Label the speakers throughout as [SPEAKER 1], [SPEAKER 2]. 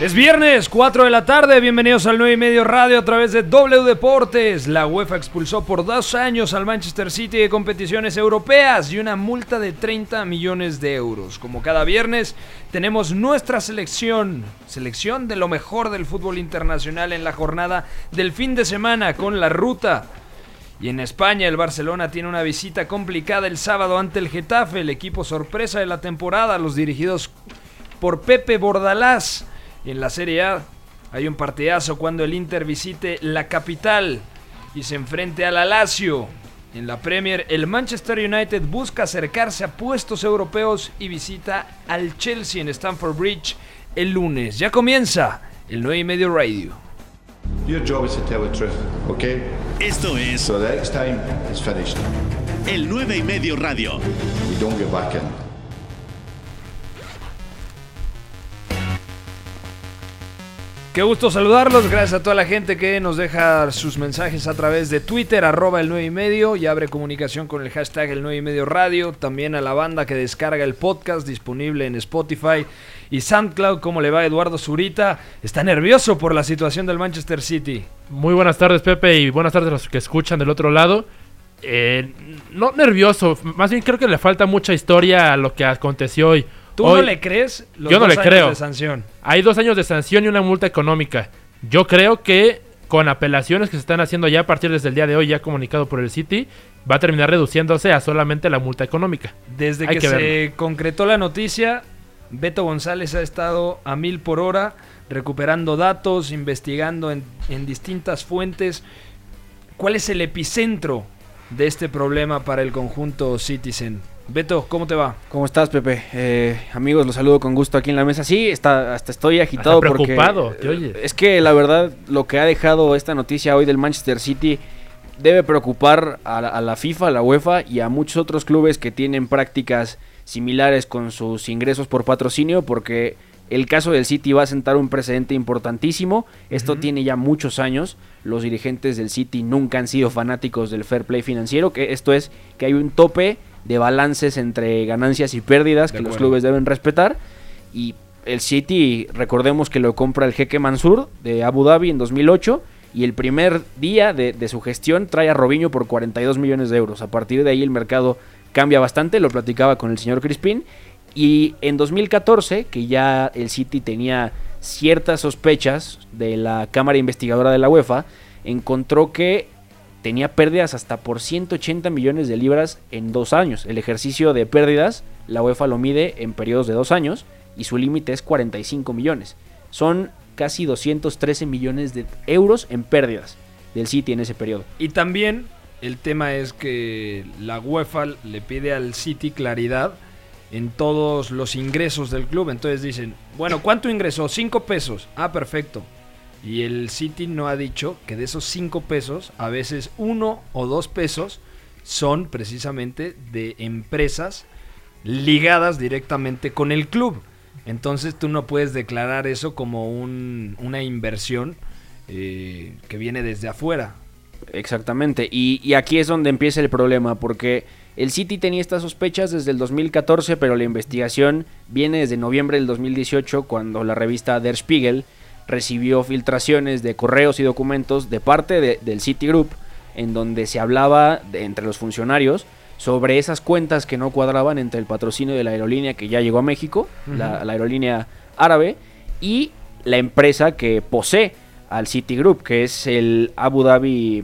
[SPEAKER 1] Es viernes, 4 de la tarde, bienvenidos al 9 y medio radio a través de W Deportes. La UEFA expulsó por dos años al Manchester City de competiciones europeas y una multa de 30 millones de euros. Como cada viernes, tenemos nuestra selección, selección de lo mejor del fútbol internacional en la jornada del fin de semana con la ruta. Y en España el Barcelona tiene una visita complicada el sábado ante el Getafe, el equipo sorpresa de la temporada, los dirigidos por Pepe Bordalás. Y en la Serie A hay un partidazo cuando el Inter visite la capital y se enfrente al Lazio. En la Premier, el Manchester United busca acercarse a puestos europeos y visita al Chelsea en Stamford Bridge el lunes. Ya comienza el 9 y medio radio.
[SPEAKER 2] Your job is to tell the truth, okay?
[SPEAKER 3] Esto es
[SPEAKER 2] So the next time it's finished.
[SPEAKER 3] El 9 y medio radio.
[SPEAKER 2] We don't go back in.
[SPEAKER 1] Qué gusto saludarlos, gracias a toda la gente que nos deja sus mensajes a través de Twitter, arroba el 9 y medio, y abre comunicación con el hashtag el 9 y medio radio, también a la banda que descarga el podcast disponible en Spotify y SoundCloud, ¿cómo le va Eduardo Zurita? Está nervioso por la situación del Manchester City.
[SPEAKER 4] Muy buenas tardes, Pepe, y buenas tardes a los que escuchan del otro lado. Eh, no nervioso, más bien creo que le falta mucha historia a lo que aconteció hoy.
[SPEAKER 1] ¿Tú
[SPEAKER 4] Hoy
[SPEAKER 1] no le crees los
[SPEAKER 4] yo no
[SPEAKER 1] dos
[SPEAKER 4] le
[SPEAKER 1] años
[SPEAKER 4] creo.
[SPEAKER 1] de sanción?
[SPEAKER 4] Hay dos años de sanción y una multa económica. Yo creo que con apelaciones que se están haciendo ya a partir desde el día de hoy, ya comunicado por el City, va a terminar reduciéndose a solamente la multa económica.
[SPEAKER 1] Desde
[SPEAKER 4] Hay
[SPEAKER 1] que,
[SPEAKER 4] que
[SPEAKER 1] se concretó la noticia, Beto González ha estado a mil por hora, recuperando datos, investigando en, en distintas fuentes. ¿Cuál es el epicentro de este problema para el conjunto Citizen? Beto, ¿cómo te va?
[SPEAKER 5] ¿Cómo estás, Pepe? Eh, amigos, los saludo con gusto aquí en la mesa. Sí, está, hasta estoy agitado
[SPEAKER 4] Hasta
[SPEAKER 5] porque-
[SPEAKER 4] preocupado, te oyes.
[SPEAKER 5] Es que la verdad, lo que ha dejado esta noticia hoy del Manchester City debe preocupar a la, a la FIFA, a la UEFA y a muchos otros clubes que tienen prácticas similares con sus ingresos por patrocinio, porque el caso del City va a sentar un precedente importantísimo. Esto tiene ya muchos años. Los dirigentes del City nunca han sido fanáticos del fair play financiero, que esto es que hay un tope de balances entre ganancias y pérdidas
[SPEAKER 1] De
[SPEAKER 5] que los
[SPEAKER 1] acuerdo.
[SPEAKER 5] clubes deben respetar y el City, recordemos que lo compra el jeque Mansur de Abu Dhabi en 2008 y el primer día de, de su gestión trae a Robinho por 42 millones de euros. A partir de ahí el mercado cambia bastante, lo platicaba con el señor Crispín. Y en 2014, que ya el City tenía ciertas sospechas de la Cámara Investigadora de la UEFA, encontró que tenía pérdidas hasta por 180 millones de libras en dos años. El ejercicio de pérdidas, la UEFA lo mide en periodos de dos años y su límite es 45 millones. Son casi 213 millones de euros en pérdidas del City en ese periodo.
[SPEAKER 1] Y también el tema es que la UEFA le pide al City claridad en todos los ingresos del club. Entonces dicen, bueno, ¿cuánto ingresó? Cinco pesos. Ah, perfecto. Y el City no ha dicho que de esos cinco pesos, a veces uno o dos pesos son precisamente de empresas ligadas directamente con el club. Entonces tú no puedes declarar eso como un- una inversión eh, que viene desde afuera.
[SPEAKER 5] Exactamente. Y, y aquí es donde empieza el problema, porque el City tenía estas sospechas desde el 2014, pero la investigación viene desde noviembre del 2018, cuando la revista Der Spiegel recibió filtraciones de correos y documentos de parte de- del Citigroup, en donde se hablaba de- entre los funcionarios sobre esas cuentas que no cuadraban entre el patrocinio de la aerolínea que ya llegó a México, la, la aerolínea árabe, y la empresa que posee al Citigroup, que es el Abu Dhabi.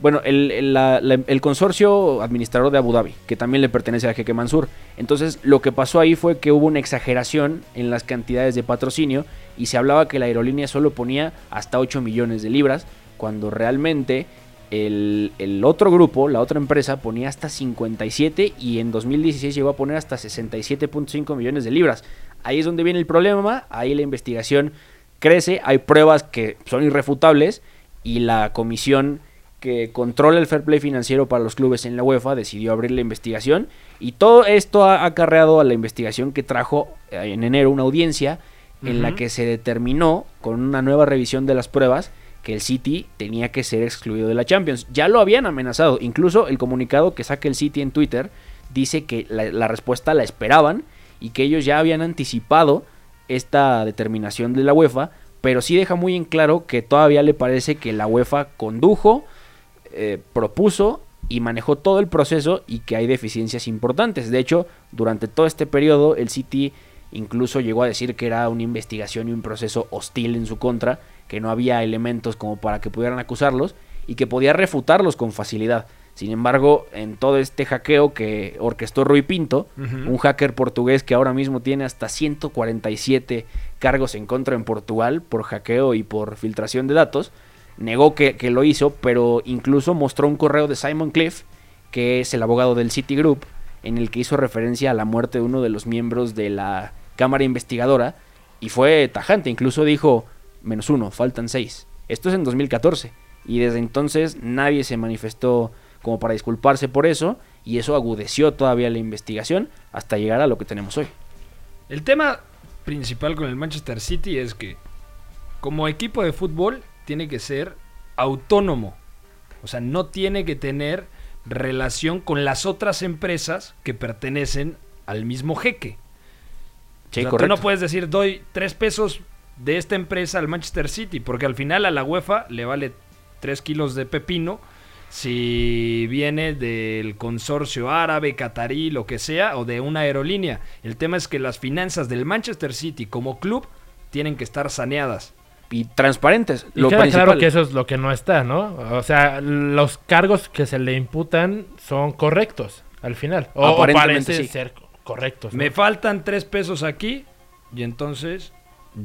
[SPEAKER 5] Bueno, el, el- la- la- el consorcio administrador de Abu Dhabi, que también le pertenece a Jeque Mansur. Entonces, lo que pasó ahí fue que hubo una exageración en las cantidades de patrocinio y se hablaba que la aerolínea solo ponía hasta 8 millones de libras, cuando realmente el, el otro grupo, la otra empresa, ponía hasta 57 y en 2016 llegó a poner hasta 67.5 millones de libras. Ahí es donde viene el problema, ahí la investigación crece, hay pruebas que son irrefutables y la comisión que controla el fair play financiero para los clubes en la UEFA decidió abrir la investigación y todo esto ha acarreado a la investigación que trajo eh, en enero una audiencia en la que se determinó con una nueva revisión de las pruebas que el City tenía que ser excluido de la Champions. Ya lo habían amenazado, incluso el comunicado que saca el City en Twitter dice que la, la respuesta la esperaban y que ellos ya habían anticipado esta determinación de la UEFA, pero sí deja muy en claro que todavía le parece que la UEFA condujo, eh, propuso y manejó todo el proceso y que hay deficiencias importantes. De hecho, durante todo este periodo el City incluso llegó a decir que era una investigación y un proceso hostil en su contra, que no había elementos como para que pudieran acusarlos y que podía refutarlos con facilidad. Sin embargo, en todo este hackeo que orquestó Rui Pinto, un hacker portugués que ahora mismo tiene hasta 147 cargos en contra en Portugal por hackeo y por filtración de datos, negó que, que lo hizo, pero incluso mostró un correo de Simon Cliff, que es el abogado del Citigroup, en el que hizo referencia a la muerte de uno de los miembros de la Cámara Investigadora, y fue tajante, incluso dijo, menos uno, faltan seis. Esto es en 2014, y desde entonces nadie se manifestó como para disculparse por eso, y eso agudeció todavía la investigación hasta llegar a lo que tenemos hoy.
[SPEAKER 1] El tema principal con el Manchester City es que como equipo de fútbol tiene que ser autónomo. O sea, no tiene que tener relación con las otras empresas que pertenecen al mismo jeque.
[SPEAKER 5] Sí,
[SPEAKER 1] O sea, tú
[SPEAKER 5] correcto.
[SPEAKER 1] no puedes decir, doy tres pesos de esta empresa al Manchester City, porque al final a la UEFA le vale tres kilos de pepino si viene del consorcio árabe, catarí, lo que sea, o de una aerolínea. El tema es que las finanzas del Manchester City como club tienen que estar saneadas.
[SPEAKER 5] Y transparentes,
[SPEAKER 4] Y
[SPEAKER 5] lo
[SPEAKER 4] queda
[SPEAKER 5] principal.
[SPEAKER 4] claro que eso es lo que no está, ¿no? O sea, los cargos que se le imputan son correctos al final. O, o
[SPEAKER 5] Aparentemente
[SPEAKER 4] parecen
[SPEAKER 5] sí.
[SPEAKER 4] ser correctos. ¿no?
[SPEAKER 1] Me faltan tres pesos aquí y entonces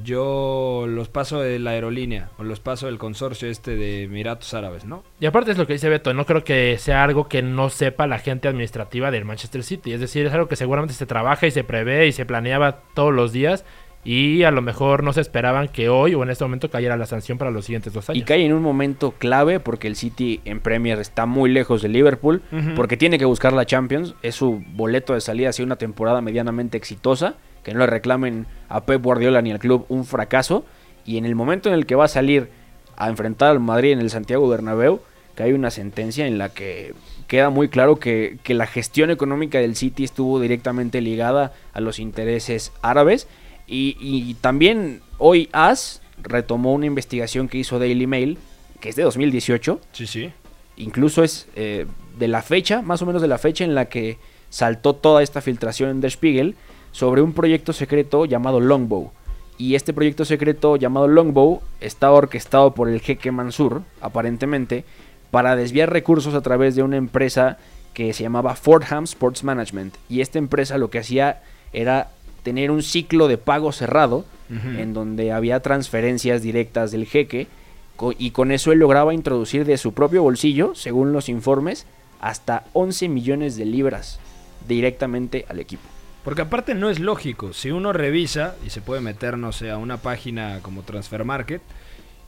[SPEAKER 1] yo los paso de la aerolínea o los paso del consorcio este de Emiratos Árabes, ¿no?
[SPEAKER 4] Y aparte es lo que dice Beto, no creo que sea algo que no sepa la gente administrativa del Manchester City. Es decir, es algo que seguramente se trabaja y se prevé y se planeaba todos los días. Y a lo mejor no se esperaban que hoy o en este momento cayera la sanción para los siguientes dos
[SPEAKER 5] Y
[SPEAKER 4] años.
[SPEAKER 5] cae en un momento clave porque el City en Premier está muy lejos de Liverpool, porque tiene que buscar la Champions, es su boleto de salida hacia una temporada medianamente exitosa, que no le reclamen a Pep Guardiola ni al club un fracaso, y en el momento en el que va a salir a enfrentar al Madrid en el Santiago Bernabéu, que hay una sentencia en la que queda muy claro que, que la gestión económica del City estuvo directamente ligada a los intereses árabes. Y, y también hoy AS retomó una investigación que hizo Daily Mail, que es de 2018,
[SPEAKER 1] Sí, sí.
[SPEAKER 5] incluso es eh, de la fecha, más o menos de la fecha en la que saltó toda esta filtración en Der Spiegel sobre un proyecto secreto llamado Longbow. Y este proyecto secreto llamado Longbow estaba orquestado por el jeque Mansur, aparentemente, para desviar recursos a través de una empresa que se llamaba Fordham Sports Management. Y esta empresa lo que hacía era tener un ciclo de pago cerrado, en donde había transferencias directas del jeque Co- y con eso él lograba introducir de su propio bolsillo, según los informes, hasta 11 millones de libras directamente al equipo.
[SPEAKER 1] Porque aparte no es lógico. Si uno revisa y se puede meter, no sé, a una página como Transfer Market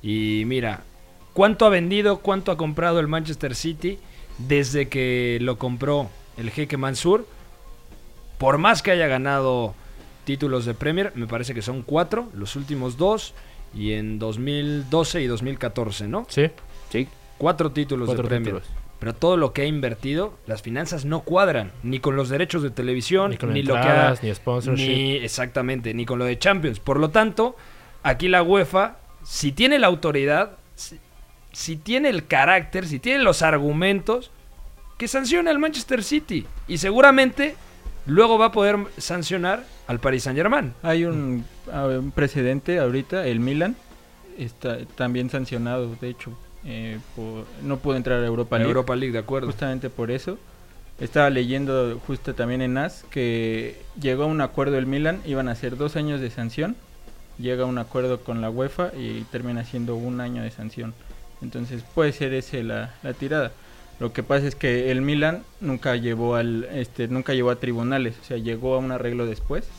[SPEAKER 1] y mira cuánto ha vendido, cuánto ha comprado el Manchester City desde que lo compró el jeque Mansur. Por más que haya ganado títulos de Premier, me parece que son cuatro, los últimos dos, y en 2012 y 2014, ¿no?
[SPEAKER 4] Sí.
[SPEAKER 5] ¿sí?
[SPEAKER 1] Cuatro títulos
[SPEAKER 4] Cuatro
[SPEAKER 1] de Premier.
[SPEAKER 4] títulos.
[SPEAKER 1] Pero todo lo que ha invertido, las finanzas no cuadran, ni con los derechos de televisión,
[SPEAKER 4] Ni
[SPEAKER 1] ni,
[SPEAKER 4] con
[SPEAKER 1] lo que ha,
[SPEAKER 4] entradas, ni sponsorship.
[SPEAKER 1] ni- exactamente, ni con lo de Champions. Por lo tanto, aquí la UEFA, si tiene la autoridad, si, si tiene el carácter, si tiene los argumentos, que sancione al Manchester City. Y seguramente luego va a poder sancionar al Paris Saint-Germain.
[SPEAKER 6] Hay un, a ver, un precedente ahorita, el Milan está también sancionado, de hecho, eh, por- no pudo entrar a Europa
[SPEAKER 1] Para
[SPEAKER 6] League,
[SPEAKER 1] Europa League, de acuerdo.
[SPEAKER 6] justamente por eso. Estaba leyendo justo también en AS que llegó a un acuerdo el Milan, iban a ser dos años de sanción, llega a un acuerdo con la UEFA y termina siendo un año de sanción. Entonces puede ser ese la, la tirada. Lo que pasa es que el Milan nunca llevó al este nunca llevó a tribunales, o sea, llegó a un arreglo después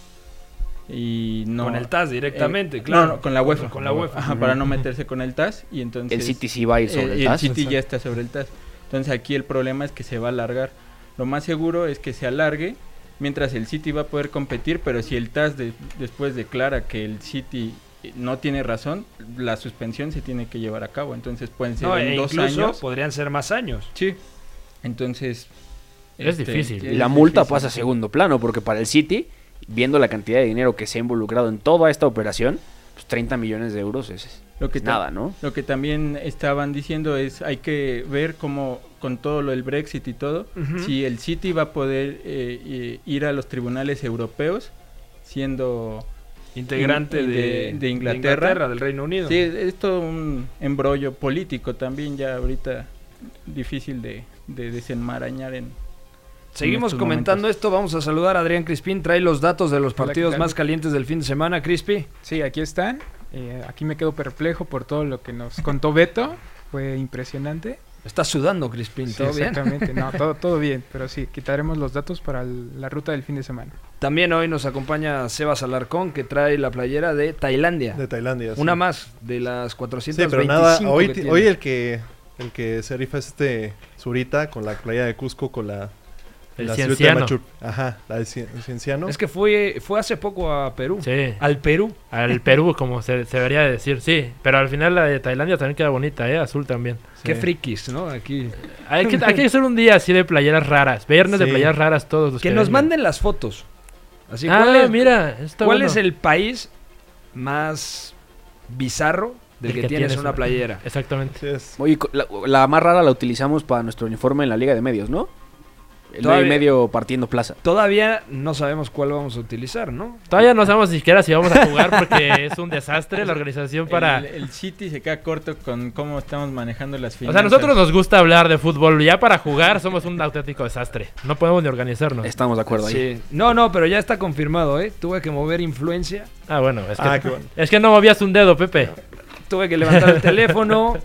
[SPEAKER 6] Y no,
[SPEAKER 1] Con el TAS directamente,
[SPEAKER 6] eh,
[SPEAKER 1] claro.
[SPEAKER 6] No, no, con la UEFA.
[SPEAKER 1] Con la UEFA.
[SPEAKER 6] Ajá, para no meterse con el TAS y entonces...
[SPEAKER 5] El City sí va a ir sobre
[SPEAKER 6] eh,
[SPEAKER 5] el
[SPEAKER 6] y
[SPEAKER 5] TAS.
[SPEAKER 6] City ya está sobre el TAS. Entonces aquí el problema es que se va a alargar. Lo más seguro es que se alargue mientras el City va a poder competir, pero si el TAS de- después declara que el City eh, no tiene razón, la suspensión se tiene que llevar a cabo. Entonces pueden ser
[SPEAKER 1] No,
[SPEAKER 6] en
[SPEAKER 1] e
[SPEAKER 6] dos
[SPEAKER 1] incluso
[SPEAKER 6] años.
[SPEAKER 1] podrían ser más años.
[SPEAKER 6] Sí. Entonces... este,
[SPEAKER 4] Es difícil.
[SPEAKER 5] Y la multa
[SPEAKER 6] difícil.
[SPEAKER 5] pasa a segundo plano, porque para el City, viendo la cantidad de dinero que se ha involucrado en toda esta operación, pues 30 millones de euros es,
[SPEAKER 6] Lo que
[SPEAKER 5] es
[SPEAKER 6] ta-
[SPEAKER 5] nada, ¿no?
[SPEAKER 6] Lo que también estaban diciendo es hay que ver cómo con todo lo del Brexit y todo,
[SPEAKER 1] Ujú.
[SPEAKER 6] si el City va a poder eh, eh, ir a los tribunales europeos siendo
[SPEAKER 1] Integrante
[SPEAKER 6] In-
[SPEAKER 1] de,
[SPEAKER 6] de- de Inglaterra.
[SPEAKER 1] del Reino Unido.
[SPEAKER 6] Sí, es todo un embrollo político también ya ahorita difícil de, de desenmarañar en
[SPEAKER 1] Seguimos
[SPEAKER 6] estos
[SPEAKER 1] comentando
[SPEAKER 6] momentos.
[SPEAKER 1] esto. Vamos a saludar a Adrián Crispín. Trae los datos de
[SPEAKER 7] Hola,
[SPEAKER 1] los
[SPEAKER 7] ¿qué
[SPEAKER 1] partidos
[SPEAKER 7] tal?
[SPEAKER 1] más calientes del fin de semana, Crispi.
[SPEAKER 7] Sí, aquí están. Eh, aquí me quedo perplejo por todo lo que nos contó Beto. Fue impresionante.
[SPEAKER 1] Está sudando, Crispín.
[SPEAKER 7] Sí,
[SPEAKER 1] ¿todo bien?
[SPEAKER 7] exactamente. No, todo, todo bien. Pero sí, quitaremos los datos para el- la ruta del fin de semana.
[SPEAKER 1] También hoy nos acompaña Sebas Alarcón, que trae la playera de Tailandia.
[SPEAKER 8] De Tailandia. sí.
[SPEAKER 1] Una más de las
[SPEAKER 8] Sí,
[SPEAKER 1] 425
[SPEAKER 8] pero nada, hoy,
[SPEAKER 1] que
[SPEAKER 8] ti-
[SPEAKER 1] tiene.
[SPEAKER 8] hoy el que el que se rifa es este Zurita con la playa de Cusco con la
[SPEAKER 4] El
[SPEAKER 8] la silueta de
[SPEAKER 4] cienciano.
[SPEAKER 8] Machu- Ajá, la del cien- cienciano.
[SPEAKER 1] Es que fue, fue hace poco a Perú.
[SPEAKER 4] Sí.
[SPEAKER 1] Al Perú.
[SPEAKER 4] Al Perú, como se, se debería decir, sí. Pero al final la de Tailandia también queda bonita, ¿eh? Azul también.
[SPEAKER 1] Qué frikis, ¿no? Aquí.
[SPEAKER 6] Pues
[SPEAKER 4] Hay que, hay que hacer un día así de playeras raras. Viernes de
[SPEAKER 8] Sí.
[SPEAKER 4] playeras raras todos. los
[SPEAKER 1] Que nos
[SPEAKER 4] vengan.
[SPEAKER 1] manden las fotos. Así
[SPEAKER 4] Ah,
[SPEAKER 1] ¿cuál es,
[SPEAKER 4] mira. está
[SPEAKER 1] ¿Cuál
[SPEAKER 4] bueno.
[SPEAKER 1] es el país más bizarro del
[SPEAKER 4] Del
[SPEAKER 1] que,
[SPEAKER 4] que
[SPEAKER 1] tienes
[SPEAKER 4] tienes
[SPEAKER 1] una
[SPEAKER 4] una-
[SPEAKER 1] playera?
[SPEAKER 4] Exactamente.
[SPEAKER 8] Sí, es-
[SPEAKER 5] Oye, co- la, la más rara la utilizamos para nuestro uniforme en la Liga de Medios, ¿no? El nueve
[SPEAKER 1] Todavía-
[SPEAKER 5] y medio partiendo plaza.
[SPEAKER 1] Todavía no sabemos cuál vamos a utilizar, ¿no?
[SPEAKER 4] Todavía no sabemos ni siquiera si vamos a jugar porque es un desastre la organización para...
[SPEAKER 6] el, el City se queda corto con cómo estamos manejando las
[SPEAKER 4] O sea,
[SPEAKER 6] finanzas.
[SPEAKER 4] a nosotros nos gusta hablar de fútbol. Ya para jugar somos un auténtico desastre. No podemos ni organizarnos.
[SPEAKER 5] Estamos de acuerdo ahí.
[SPEAKER 1] Sí. No, no, pero ya está confirmado, ¿eh? Tuve que mover influencia,
[SPEAKER 4] Ah, bueno. Es que,
[SPEAKER 8] Ah, qué bueno.
[SPEAKER 4] es que no movías un dedo, Pepe.
[SPEAKER 1] tuve que levantar el teléfono,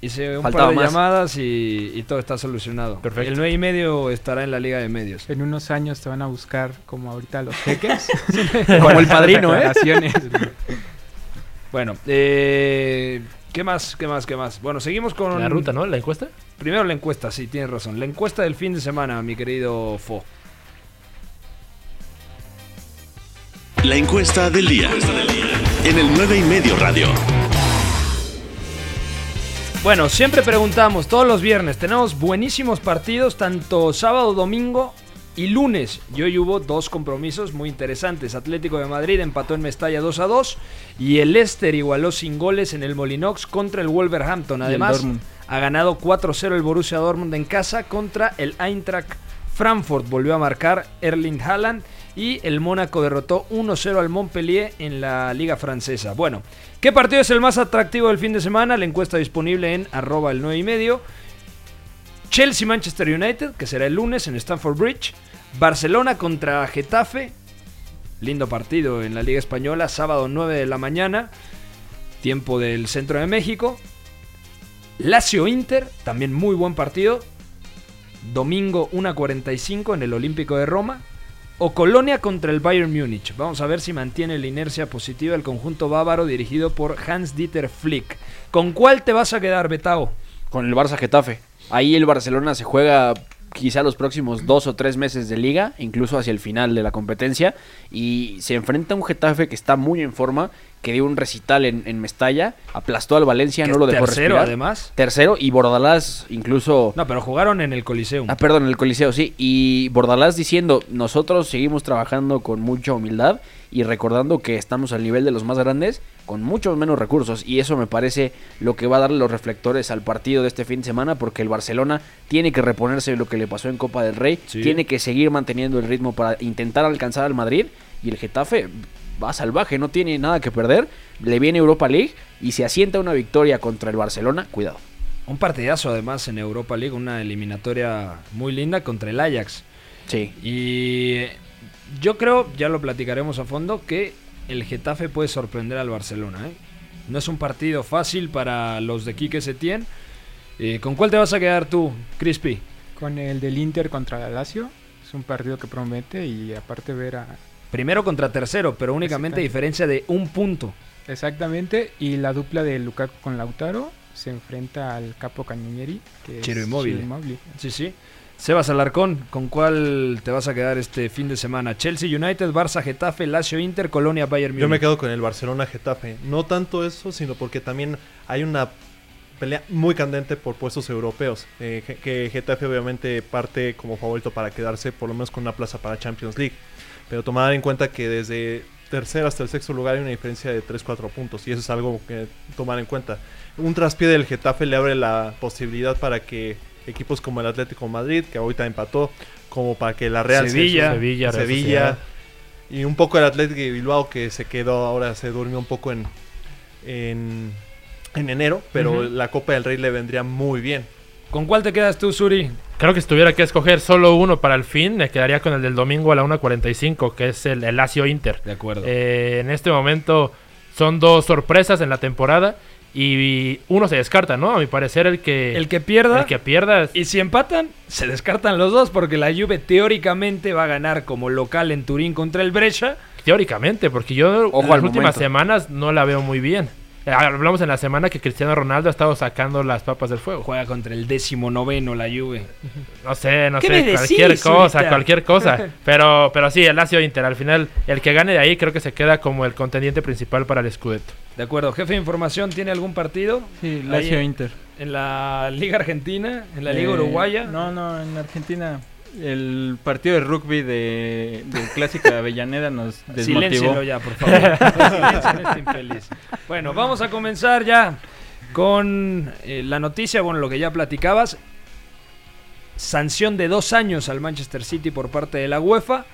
[SPEAKER 1] hice un
[SPEAKER 5] Faltaba
[SPEAKER 1] par de
[SPEAKER 5] más.
[SPEAKER 1] llamadas y, y todo está solucionado.
[SPEAKER 4] Perfecto.
[SPEAKER 1] El 9 y medio estará en la Liga de Medios.
[SPEAKER 7] En unos años te van a buscar como ahorita los jeques.
[SPEAKER 5] Como el padrino, ¿eh?
[SPEAKER 7] Declaraciones.
[SPEAKER 1] Bueno, eh, ¿qué más? ¿Qué más? ¿Qué más? Bueno, seguimos con...
[SPEAKER 4] La ruta, ¿no? La encuesta.
[SPEAKER 1] Primero la encuesta, sí, tienes razón. La encuesta del fin de semana, mi querido Fo.
[SPEAKER 3] La encuesta del día. En el 9 y medio radio.
[SPEAKER 1] Bueno, siempre preguntamos, todos los viernes, tenemos buenísimos partidos, tanto sábado, domingo y lunes. Y hoy hubo dos compromisos muy interesantes. Atlético de Madrid empató en Mestalla 2 a 2 y el Leicester igualó sin goles en el Molinox contra el Wolverhampton.
[SPEAKER 6] el
[SPEAKER 1] Además,
[SPEAKER 6] Dortmund.
[SPEAKER 1] ha ganado 4-0 el Borussia Dortmund en casa contra el Eintracht Frankfurt. Volvió a marcar Erling Haaland y el Mónaco derrotó 1-0 al Montpellier en la Liga Francesa. Bueno, ¿qué partido es el más atractivo del fin de semana? La encuesta disponible en arroba el 9 y medio. Chelsea-Manchester United, que será el lunes en Stamford Bridge. Barcelona contra Getafe. Lindo partido en la Liga Española, sábado 9 de la mañana, tiempo del centro de México. Lazio Inter, también muy buen partido. Domingo 1.45 en el Olímpico de Roma. O Colonia contra el Bayern Múnich. Vamos a ver si mantiene la inercia positiva el conjunto bávaro dirigido por Hans-Dieter Flick. ¿Con cuál te vas a quedar, Betao?
[SPEAKER 5] Con el Barça Getafe. Ahí el Barcelona se juega quizá los próximos dos o tres meses de liga, incluso hacia el final de la competencia, y se enfrenta a un Getafe que está muy en forma, que dio un recital en, en Mestalla, aplastó al Valencia,
[SPEAKER 1] Que
[SPEAKER 5] no lo dejó
[SPEAKER 1] tercero,
[SPEAKER 5] respirar.
[SPEAKER 1] además.
[SPEAKER 5] Tercero, y Bordalás incluso...
[SPEAKER 1] No, pero jugaron en el Coliseum.
[SPEAKER 5] Ah, perdón, en el Coliseo, sí. Y Bordalás diciendo, nosotros seguimos trabajando con mucha humildad y recordando que estamos al nivel de los más grandes con muchos menos recursos. Y eso me parece lo que va a darle los reflectores al partido de este fin de semana porque el Barcelona tiene que reponerse de lo que le pasó en Copa del Rey.
[SPEAKER 1] Sí.
[SPEAKER 5] Tiene que seguir manteniendo el ritmo para intentar alcanzar al Madrid. Y el Getafe va salvaje, no tiene nada que perder. Le viene Europa League y se asienta una victoria contra el Barcelona. Cuidado.
[SPEAKER 1] Un partidazo además en Europa League, una eliminatoria muy linda contra el Ajax.
[SPEAKER 5] Sí.
[SPEAKER 1] Y yo creo, ya lo platicaremos a fondo, que el Getafe puede sorprender al Barcelona. ¿eh? No es un partido fácil para los de Quique Setién. Eh, ¿Con cuál te vas a quedar tú, Crispy?
[SPEAKER 7] Con el del Inter contra la Lazio. Es un partido que promete y aparte ver a
[SPEAKER 1] Primero contra tercero, pero únicamente a diferencia de un punto.
[SPEAKER 7] Exactamente, y la dupla de Lukaku con Lautaro se enfrenta al capo Cañonieri, que
[SPEAKER 1] Ciro
[SPEAKER 7] es
[SPEAKER 1] Immobile.
[SPEAKER 7] Ciro Immobile.
[SPEAKER 1] Sí, sí. Sebas Alarcón, ¿con cuál te vas a quedar este fin de semana? Chelsea United, Barça, Getafe, Lazio Inter, Colonia, Bayern
[SPEAKER 8] Yo me
[SPEAKER 1] Múnich.
[SPEAKER 8] quedo con el Barcelona Getafe. No tanto eso, sino porque también hay una pelea muy candente por puestos europeos. eh, que- que Getafe obviamente parte como favorito para quedarse por lo menos con una plaza para Champions League. Pero tomar en cuenta que desde tercer hasta el sexto lugar hay una diferencia de 3-4 puntos. Y eso es algo que tomar en cuenta. Un traspié del Getafe le abre la posibilidad para que equipos como el Atlético de Madrid, que ahorita empató, como para que la Real se-
[SPEAKER 1] Sevilla.
[SPEAKER 4] Sevilla, Real
[SPEAKER 8] Sevilla
[SPEAKER 4] Sociedad.
[SPEAKER 8] y un poco el Atlético de Bilbao que se quedó ahora se durmió un poco en en, en enero, pero la Copa del Rey le vendría muy bien.
[SPEAKER 1] ¿Con cuál te quedas tú, Suri?
[SPEAKER 4] Creo que si tuviera que escoger solo uno para el fin, me quedaría con el del domingo a la 1.45, que es el, el Lazio Inter.
[SPEAKER 1] De acuerdo.
[SPEAKER 4] Eh, en este momento son dos sorpresas en la temporada y uno se descarta, ¿no? A mi parecer el que,
[SPEAKER 1] el que pierda.
[SPEAKER 4] el que pierda
[SPEAKER 1] Y si empatan, se descartan los dos porque la Juve teóricamente va a ganar como local en Turín contra el Brescia.
[SPEAKER 4] Teóricamente, porque yo
[SPEAKER 5] Ojo
[SPEAKER 4] en las
[SPEAKER 5] al
[SPEAKER 4] últimas
[SPEAKER 5] momento.
[SPEAKER 4] semanas no la veo muy bien. Eh, Hablamos en la semana que Cristiano Ronaldo ha estado sacando las papas del fuego.
[SPEAKER 1] Juega contra el décimo noveno la Juve.
[SPEAKER 4] No sé, no
[SPEAKER 1] ¿Qué me
[SPEAKER 4] sé,
[SPEAKER 1] decís,
[SPEAKER 4] cualquier cosa,
[SPEAKER 1] ahorita?
[SPEAKER 4] cualquier cosa. Pero, pero sí, el Lazio Inter, al final, el que gane de ahí creo que se queda como el contendiente principal para el Scudetto.
[SPEAKER 1] De acuerdo, jefe de información, ¿tiene algún partido?
[SPEAKER 6] Sí,
[SPEAKER 1] Lazio
[SPEAKER 6] Lazio Inter.
[SPEAKER 1] ¿En la Liga Argentina? ¿En la Liga
[SPEAKER 6] Eh,
[SPEAKER 1] Uruguaya?
[SPEAKER 6] No, no, en Argentina. El partido de rugby de, del Clásico de Avellaneda nos desmotivó.
[SPEAKER 1] Siléncielo ya, por favor. Siléncielo este infeliz. Bueno, vamos a comenzar ya con eh, la noticia, bueno, lo que ya platicabas. Sanción de dos años al Manchester City por parte de la UEFA,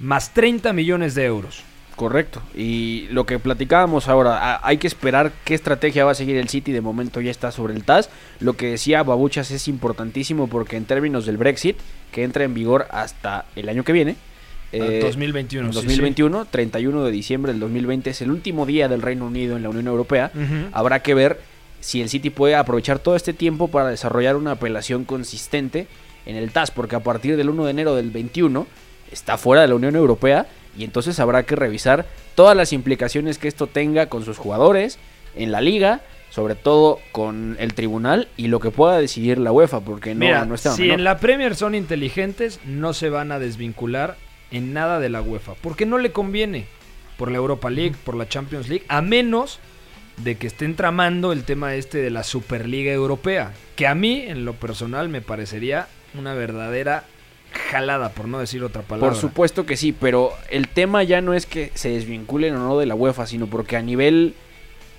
[SPEAKER 1] más 30 millones de euros.
[SPEAKER 5] Correcto. Y lo que platicábamos ahora, a- hay que esperar qué estrategia va a seguir el City. De momento ya está sobre el TAS. Lo que decía Babuchas es importantísimo porque en términos del Brexit, que entra en vigor hasta el año que viene, eh,
[SPEAKER 1] 2021. sí, sí.
[SPEAKER 5] 2021, 31 de diciembre del 2020, es el último día del Reino Unido en la Unión Europea.
[SPEAKER 1] Ujú.
[SPEAKER 5] Habrá que ver si el City puede aprovechar todo este tiempo para desarrollar una apelación consistente en el TAS, porque a partir del 1 de enero del 21 está fuera de la Unión Europea y entonces habrá que revisar todas las implicaciones que esto tenga con sus jugadores, en la liga, sobre todo con el tribunal y lo que pueda decidir la UEFA, porque no,
[SPEAKER 1] Mira,
[SPEAKER 5] no está
[SPEAKER 1] si en la Premier son inteligentes, no se van a desvincular en nada de la UEFA. Porque no le conviene por la Europa League, por la Champions League, a menos de que estén tramando el tema este de la Superliga Europea. Que a mí, en lo personal, me parecería una verdadera jalada, por no decir otra palabra.
[SPEAKER 5] Por supuesto que sí, pero el tema ya no es que se desvinculen o no de la UEFA, sino porque a nivel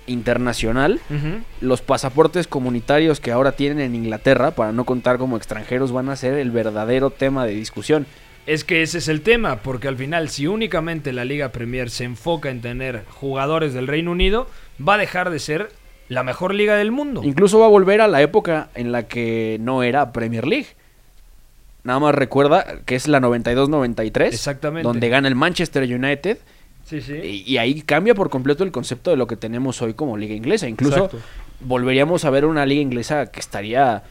[SPEAKER 5] internacional
[SPEAKER 1] Ujú.
[SPEAKER 5] los pasaportes comunitarios que ahora tienen en Inglaterra para no contar como extranjeros van a ser el verdadero tema de discusión.
[SPEAKER 1] Es que ese es el tema, porque al final si únicamente la Liga Premier se enfoca en tener jugadores del Reino Unido, va a dejar de ser la mejor liga del mundo.
[SPEAKER 5] Incluso va a volver a la época en la que no era Premier League. Nada más recuerda que es la 92-93,
[SPEAKER 1] Exactamente.
[SPEAKER 5] donde gana el Manchester United
[SPEAKER 1] Sí, sí.
[SPEAKER 5] Y, y ahí cambia por completo el concepto de lo que tenemos hoy como liga inglesa. Incluso
[SPEAKER 8] Exacto.
[SPEAKER 5] volveríamos a ver una liga inglesa que estaría,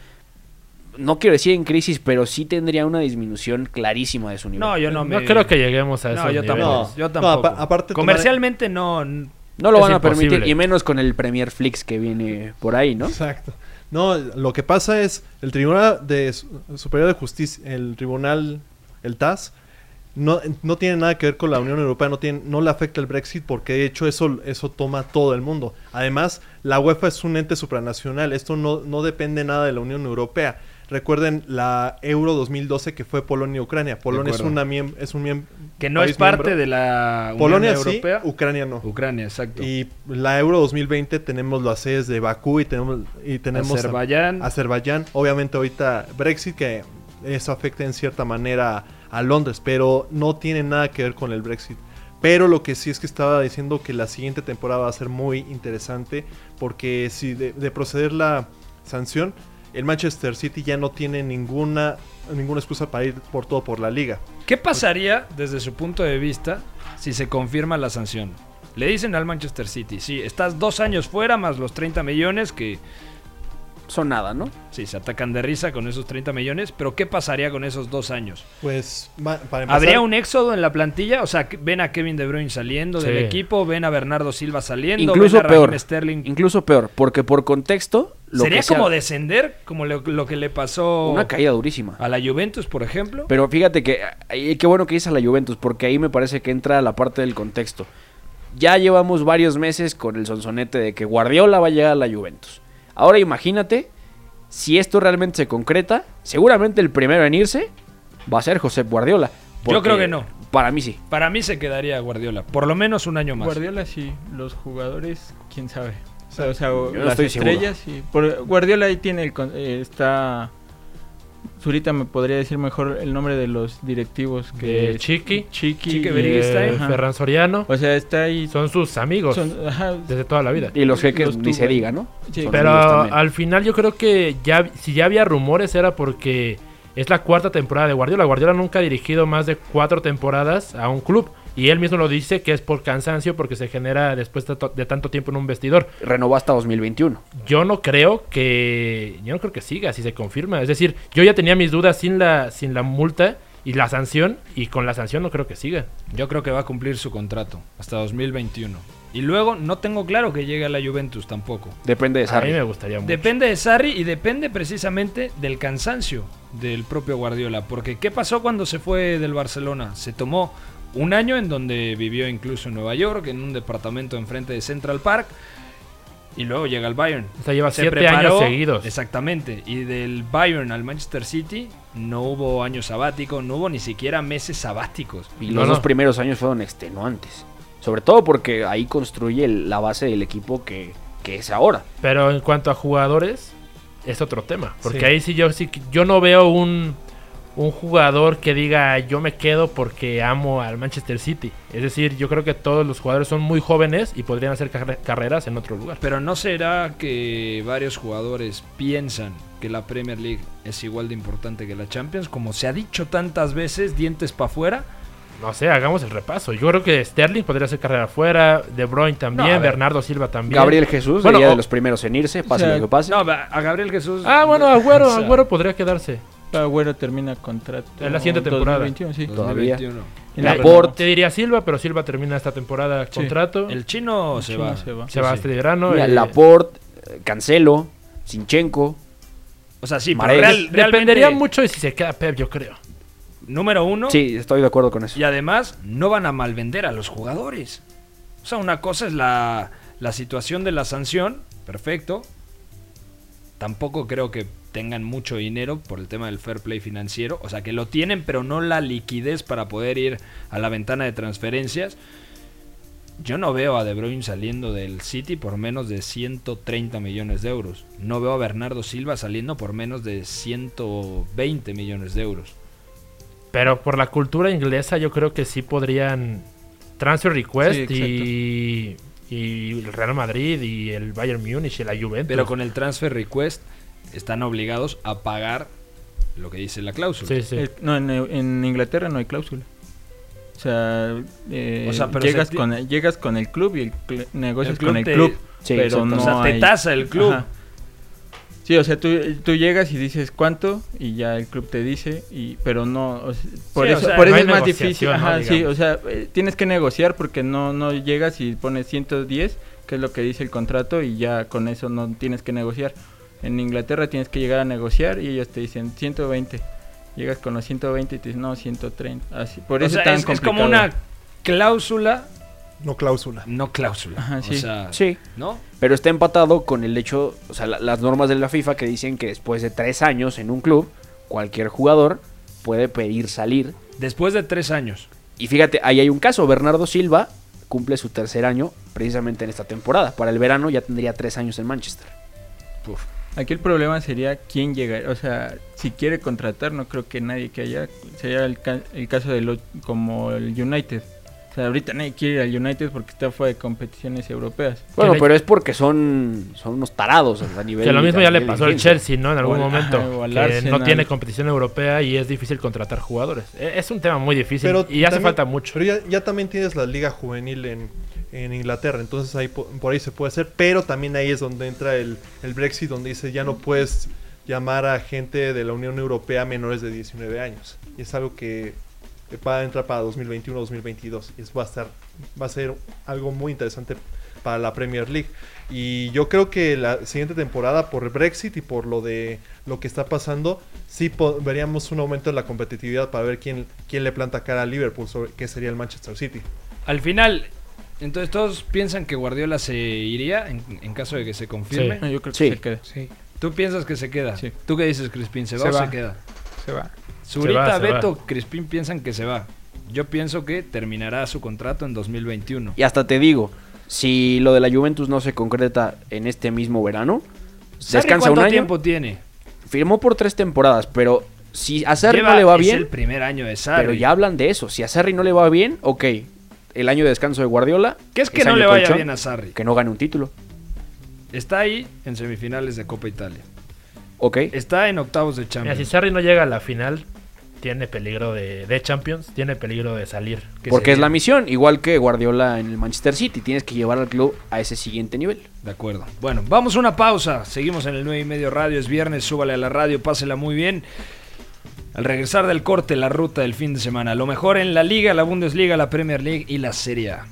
[SPEAKER 5] no quiero decir en crisis, pero sí tendría una disminución clarísima de su nivel.
[SPEAKER 1] No, yo no
[SPEAKER 4] No,
[SPEAKER 1] me...
[SPEAKER 4] creo que lleguemos a eso.
[SPEAKER 1] No, yo tampoco.
[SPEAKER 8] No,
[SPEAKER 1] Yo
[SPEAKER 8] no,
[SPEAKER 1] tampoco.
[SPEAKER 8] apa- aparte tomar-
[SPEAKER 1] Comercialmente no... n-
[SPEAKER 5] no lo
[SPEAKER 4] es
[SPEAKER 5] van a permitir,
[SPEAKER 4] imposible.
[SPEAKER 5] y menos con el Premier Flix que viene por ahí, ¿no?
[SPEAKER 8] Exacto. No, lo que pasa es el Tribunal de Su- Superior de Justicia, el Tribunal, el TAS, no, no tiene nada que ver con la Unión Europea, no tiene, no le afecta el Brexit porque de hecho eso, eso toma todo el mundo. Además, la UEFA es un ente supranacional, esto no, no depende nada de la Unión Europea. Recuerden la Euro 2012 que fue Polonia y Ucrania. Polonia es,
[SPEAKER 1] acuerdo.
[SPEAKER 8] una miem- es un miembro.
[SPEAKER 1] Que no es parte de la Unión
[SPEAKER 8] Polonia
[SPEAKER 1] Europea.
[SPEAKER 8] sí, Ucrania no.
[SPEAKER 1] Ucrania, exacto.
[SPEAKER 8] Y la Euro 2020 tenemos las sedes de Bakú y tenemos, y tenemos a-
[SPEAKER 1] Azerbaiyán.
[SPEAKER 8] Azerbaiyán. Obviamente ahorita Brexit, que eso afecta en cierta manera a Londres, pero no tiene nada que ver con el Brexit. Pero lo que sí es que estaba diciendo que la siguiente temporada va a ser muy interesante, porque si de, de proceder la sanción, el Manchester City ya no tiene ninguna, ninguna excusa para ir por todo por la liga.
[SPEAKER 1] ¿Qué pasaría desde su punto de vista si se confirma la sanción? Le dicen al Manchester City, sí, estás dos años fuera más los 30 millones que
[SPEAKER 5] son nada, ¿no?
[SPEAKER 1] Sí, se atacan de risa con esos 30 millones, pero ¿qué pasaría con esos dos años?
[SPEAKER 8] Pues, ma- para empezar,
[SPEAKER 1] ¿Habría un éxodo en la plantilla? O sea, que- ven a Kevin De Bruyne saliendo del
[SPEAKER 4] Sí.
[SPEAKER 1] equipo, ven a Bernardo Silva saliendo,
[SPEAKER 5] Incluso
[SPEAKER 1] ven a Raheem
[SPEAKER 5] peor.
[SPEAKER 1] Sterling.
[SPEAKER 5] Incluso peor, porque por contexto. Lo
[SPEAKER 1] Sería
[SPEAKER 5] que sea-
[SPEAKER 1] como descender, como lo, lo que le pasó
[SPEAKER 5] Una caída durísima.
[SPEAKER 1] a la Juventus, por ejemplo.
[SPEAKER 5] Pero fíjate que eh, qué bueno que dices a la Juventus, porque ahí me parece que entra la parte del contexto. Ya llevamos varios meses con el sonsonete de que Guardiola va a llegar a la Juventus. Ahora imagínate, si esto realmente se concreta, seguramente el primero en irse va a ser Josep Guardiola. porque
[SPEAKER 1] creo que no.
[SPEAKER 5] Para mí sí.
[SPEAKER 1] Para mí se quedaría Guardiola, por lo menos un año más.
[SPEAKER 6] Guardiola sí, los jugadores, quién sabe. O sea, o sea,
[SPEAKER 5] Yo no
[SPEAKER 6] las
[SPEAKER 5] estoy seguro.
[SPEAKER 6] estrellas sí. Por- Guardiola ahí tiene el con- eh, está Zurita me podría decir mejor el nombre de los directivos que
[SPEAKER 4] De Chiqui,
[SPEAKER 6] Chiqui,
[SPEAKER 1] Chiqui
[SPEAKER 6] y-
[SPEAKER 1] Beristain,
[SPEAKER 4] de
[SPEAKER 6] ajá.
[SPEAKER 4] eh, Ferran Soriano,
[SPEAKER 6] O sea, está ahí
[SPEAKER 4] son sus amigos
[SPEAKER 6] son- ajá,
[SPEAKER 4] desde toda la vida.
[SPEAKER 5] Y los jeques
[SPEAKER 6] Los
[SPEAKER 5] ni
[SPEAKER 6] tuve.
[SPEAKER 5] se diga, ¿no?
[SPEAKER 6] Sí,
[SPEAKER 5] Son
[SPEAKER 4] Pero
[SPEAKER 5] amigos también.
[SPEAKER 4] al final yo creo que ya si ya había rumores era porque es la cuarta temporada de Guardiola. Guardiola nunca ha dirigido más de cuatro temporadas a un club. Y él mismo lo dice que es por cansancio porque se genera después de, to- de tanto tiempo en un vestidor.
[SPEAKER 5] Renovó hasta 2021.
[SPEAKER 4] Yo no creo que. Yo no creo que siga si se confirma. Es decir, yo ya tenía mis dudas sin la, sin la multa y la sanción. Y con la sanción no creo que siga.
[SPEAKER 1] Yo creo que va a cumplir su contrato hasta 2021. Y luego no tengo claro que llegue a la Juventus tampoco.
[SPEAKER 5] Depende de
[SPEAKER 4] A mí
[SPEAKER 5] Sarri.
[SPEAKER 4] me gustaría mucho.
[SPEAKER 1] Depende de Sarri y depende precisamente del cansancio del propio Guardiola. Porque ¿qué pasó cuando se fue del Barcelona? Se tomó un año en donde vivió incluso en Nueva York, en un departamento enfrente de Central Park. Y luego llega al Bayern.
[SPEAKER 4] O sea, lleva
[SPEAKER 1] Se
[SPEAKER 4] siete
[SPEAKER 1] preparó-
[SPEAKER 4] años seguidos.
[SPEAKER 1] Exactamente. Y del Bayern al Manchester City no hubo año sabático, no hubo ni siquiera meses sabáticos.
[SPEAKER 5] Y
[SPEAKER 4] No,
[SPEAKER 5] los
[SPEAKER 4] no.
[SPEAKER 5] dos primeros años fueron extenuantes. Sobre todo porque ahí construye el- la base del equipo que, que es ahora.
[SPEAKER 4] Pero en cuanto a jugadores, es otro tema. Porque
[SPEAKER 8] Sí.
[SPEAKER 4] ahí sí yo sí que- yo no veo un, un jugador que diga yo me quedo porque amo al Manchester City. Es decir, yo creo que todos los jugadores son muy jóvenes y podrían hacer carre- carreras en otro lugar.
[SPEAKER 1] Pero ¿no será que varios jugadores piensan que la Premier League es igual de importante que la Champions? Como se ha dicho tantas veces, dientes para afuera.
[SPEAKER 4] No sé, hagamos el repaso. Yo creo que Sterling podría hacer carrera afuera, De Bruyne
[SPEAKER 1] No,
[SPEAKER 4] también,
[SPEAKER 1] a ver.
[SPEAKER 4] Bernardo Silva también.
[SPEAKER 5] Gabriel Jesús
[SPEAKER 4] Bueno,
[SPEAKER 5] sería
[SPEAKER 4] o-
[SPEAKER 5] de los primeros en irse, pase
[SPEAKER 6] o sea,
[SPEAKER 5] lo que pase.
[SPEAKER 1] No, va- a Gabriel Jesús.
[SPEAKER 4] Ah, bueno, Agüero,
[SPEAKER 1] O sea,
[SPEAKER 4] Agüero podría quedarse.
[SPEAKER 6] Agüero termina contrato
[SPEAKER 4] En la siguiente temporada.
[SPEAKER 6] 2021, sí.
[SPEAKER 5] todavía.
[SPEAKER 1] 2021.
[SPEAKER 6] Y la
[SPEAKER 5] Laporte.
[SPEAKER 4] Te diría Silva, pero Silva termina esta temporada
[SPEAKER 6] Sí.
[SPEAKER 4] contrato.
[SPEAKER 1] El chino se
[SPEAKER 6] chino
[SPEAKER 1] va.
[SPEAKER 6] se va.
[SPEAKER 4] se va este verano.
[SPEAKER 5] Mira,
[SPEAKER 4] eh,
[SPEAKER 5] Laporte, eh, Cancelo, Sinchenko.
[SPEAKER 1] O sea, sí, pero
[SPEAKER 5] Mares.
[SPEAKER 1] real- realmente,
[SPEAKER 4] Dependería mucho de si se queda Pep, yo creo.
[SPEAKER 1] Número uno.
[SPEAKER 5] Sí, estoy de acuerdo con eso.
[SPEAKER 1] Y además, no van a malvender a los jugadores. O sea, una cosa es la, la situación de la sanción, perfecto. Tampoco creo que tengan mucho dinero por el tema del fair play financiero. O sea, que lo tienen, pero no la liquidez para poder ir a la ventana de transferencias. Yo no veo a De Bruyne saliendo del City por menos de 130 millones de euros. No veo a Bernardo Silva saliendo por menos de 120 millones de euros.
[SPEAKER 4] Pero por la cultura inglesa yo creo que sí podrían transfer request
[SPEAKER 6] Sí,
[SPEAKER 4] y, y el Real Madrid y el Bayern Múnich y la Juventus.
[SPEAKER 1] Pero con el transfer request están obligados a pagar lo que dice la cláusula.
[SPEAKER 4] Sí, sí.
[SPEAKER 6] Eh, no, en, en Inglaterra no hay cláusula. O sea, eh,
[SPEAKER 1] O sea, pero
[SPEAKER 6] llegas,
[SPEAKER 1] se ti-
[SPEAKER 6] con, llegas con el club y el cl- negocias
[SPEAKER 1] El club
[SPEAKER 6] con el
[SPEAKER 1] te-
[SPEAKER 6] club.
[SPEAKER 5] Sí,
[SPEAKER 6] pero
[SPEAKER 5] exacto.
[SPEAKER 6] no
[SPEAKER 1] o sea, te
[SPEAKER 6] hay-
[SPEAKER 1] tasa el club.
[SPEAKER 6] Ajá. Sí, o sea, tú, tú llegas y dices cuánto y ya el club te dice, y pero no... o sea, por
[SPEAKER 1] Sí, o
[SPEAKER 6] eso,
[SPEAKER 1] sea,
[SPEAKER 6] por
[SPEAKER 4] no
[SPEAKER 6] eso
[SPEAKER 4] hay
[SPEAKER 6] es más difícil.
[SPEAKER 4] negociación,
[SPEAKER 6] Ajá,
[SPEAKER 4] ¿no?
[SPEAKER 6] sí,
[SPEAKER 4] Digamos.
[SPEAKER 6] o sea, eh, tienes que negociar porque no, no llegas y pones 110, que es lo que dice el contrato, y ya con eso no tienes que negociar. En Inglaterra tienes que llegar a negociar y ellos te dicen 120. Llegas con los 120 y te dicen, no, 130. Así, por
[SPEAKER 1] O
[SPEAKER 6] eso
[SPEAKER 1] sea,
[SPEAKER 6] es tan
[SPEAKER 1] es, es
[SPEAKER 6] complicado.
[SPEAKER 1] como una cláusula,
[SPEAKER 8] no cláusula.
[SPEAKER 1] no cláusula.
[SPEAKER 6] Ajá,
[SPEAKER 1] O
[SPEAKER 6] sí.
[SPEAKER 1] sea,
[SPEAKER 5] Sí,
[SPEAKER 1] ¿no?
[SPEAKER 5] pero está empatado con el hecho, o sea, la- las normas de la FIFA que dicen que después de tres años en un club, cualquier jugador puede pedir salir.
[SPEAKER 1] Después de tres años.
[SPEAKER 5] Y fíjate, ahí hay un caso. Bernardo Silva cumple su tercer año precisamente en esta temporada. Para el verano ya tendría tres años en Manchester.
[SPEAKER 1] Puf.
[SPEAKER 6] Aquí el problema sería quién llega, o sea, si quiere contratar, no creo que nadie que haya, sería el, ca- el caso de lo, como el United. O sea, ahorita nadie quiere ir al United porque está fuera de competiciones europeas.
[SPEAKER 5] Bueno,
[SPEAKER 4] le-
[SPEAKER 5] pero es porque son, son unos tarados a nivel.
[SPEAKER 4] Que lo mismo
[SPEAKER 5] a
[SPEAKER 4] ya le
[SPEAKER 5] nivel
[SPEAKER 4] pasó al
[SPEAKER 5] dirigencia.
[SPEAKER 4] Chelsea, ¿no? En algún
[SPEAKER 6] al-
[SPEAKER 4] momento.
[SPEAKER 6] ajá, o al
[SPEAKER 4] que no
[SPEAKER 6] Arsenal.
[SPEAKER 4] tiene competición europea y es difícil contratar jugadores. E- Es un tema muy difícil
[SPEAKER 8] Pero
[SPEAKER 4] y hace
[SPEAKER 8] también-
[SPEAKER 4] falta mucho.
[SPEAKER 8] Pero ya, ya también tienes la liga juvenil en, en Inglaterra. Entonces ahí po- por ahí se puede hacer, pero también ahí es donde entra el, el Brexit, donde dice ya no puedes llamar a gente de la Unión Europea menores de 19 años. Y es algo que va a entrar para 2021-2022. Y es, va, a estar, va a ser algo muy interesante para la Premier League. Y yo creo que la siguiente temporada, por el Brexit y por lo de lo que está pasando, sí po- veríamos un aumento en la competitividad para ver quién, quién le planta cara a Liverpool, sobre, que sería el Manchester City.
[SPEAKER 1] Al final, entonces todos piensan que Guardiola se iría en, en caso de que se confirme.
[SPEAKER 6] No, yo creo que
[SPEAKER 5] Sí.
[SPEAKER 6] se queda.
[SPEAKER 7] Sí,
[SPEAKER 1] ¿Tú piensas que se queda?
[SPEAKER 6] Sí.
[SPEAKER 1] ¿Tú qué dices, Crispín? ¿Se va
[SPEAKER 7] Se
[SPEAKER 1] o
[SPEAKER 7] va.
[SPEAKER 1] se queda?
[SPEAKER 7] se va.
[SPEAKER 1] Zurita,
[SPEAKER 4] va, se
[SPEAKER 1] Beto, Crispín piensan que se va. Yo pienso que terminará su contrato en 2021.
[SPEAKER 5] Y hasta te digo, si lo de la Juventus no se concreta en este mismo verano,
[SPEAKER 1] ¿Sarri
[SPEAKER 5] descansa un
[SPEAKER 1] cuánto
[SPEAKER 5] año.
[SPEAKER 1] tiempo tiene?
[SPEAKER 5] Firmó por tres temporadas, pero si a Sarri
[SPEAKER 1] Lleva-
[SPEAKER 5] no le va
[SPEAKER 1] es
[SPEAKER 5] bien,
[SPEAKER 1] el primer año de Sarri.
[SPEAKER 5] pero ya hablan de eso. Si a Sarri no le va bien, ok, el año de descanso de Guardiola.
[SPEAKER 1] ¿Qué es que
[SPEAKER 5] ese
[SPEAKER 1] no
[SPEAKER 5] año
[SPEAKER 1] le vaya
[SPEAKER 5] colchón,
[SPEAKER 1] bien a Sarri?
[SPEAKER 5] Que no gane un título.
[SPEAKER 1] Está ahí en semifinales de Copa Italia.
[SPEAKER 5] Ok.
[SPEAKER 1] Está en octavos de
[SPEAKER 4] Mira, si
[SPEAKER 1] Champions.
[SPEAKER 4] Sarri no llega a la final, tiene peligro de, de Champions, tiene peligro de salir.
[SPEAKER 1] que
[SPEAKER 5] Porque es
[SPEAKER 1] sería-
[SPEAKER 5] la misión, igual que Guardiola en el Manchester City. Tienes que llevar al club a ese siguiente nivel.
[SPEAKER 1] De acuerdo. Bueno, vamos a una pausa. Seguimos en el 9 y medio radio. Es viernes, súbale a la radio, pásela muy bien. Al regresar del corte, la ruta del fin de semana. Lo mejor en la Liga, la Bundesliga, la Premier League y la Serie A.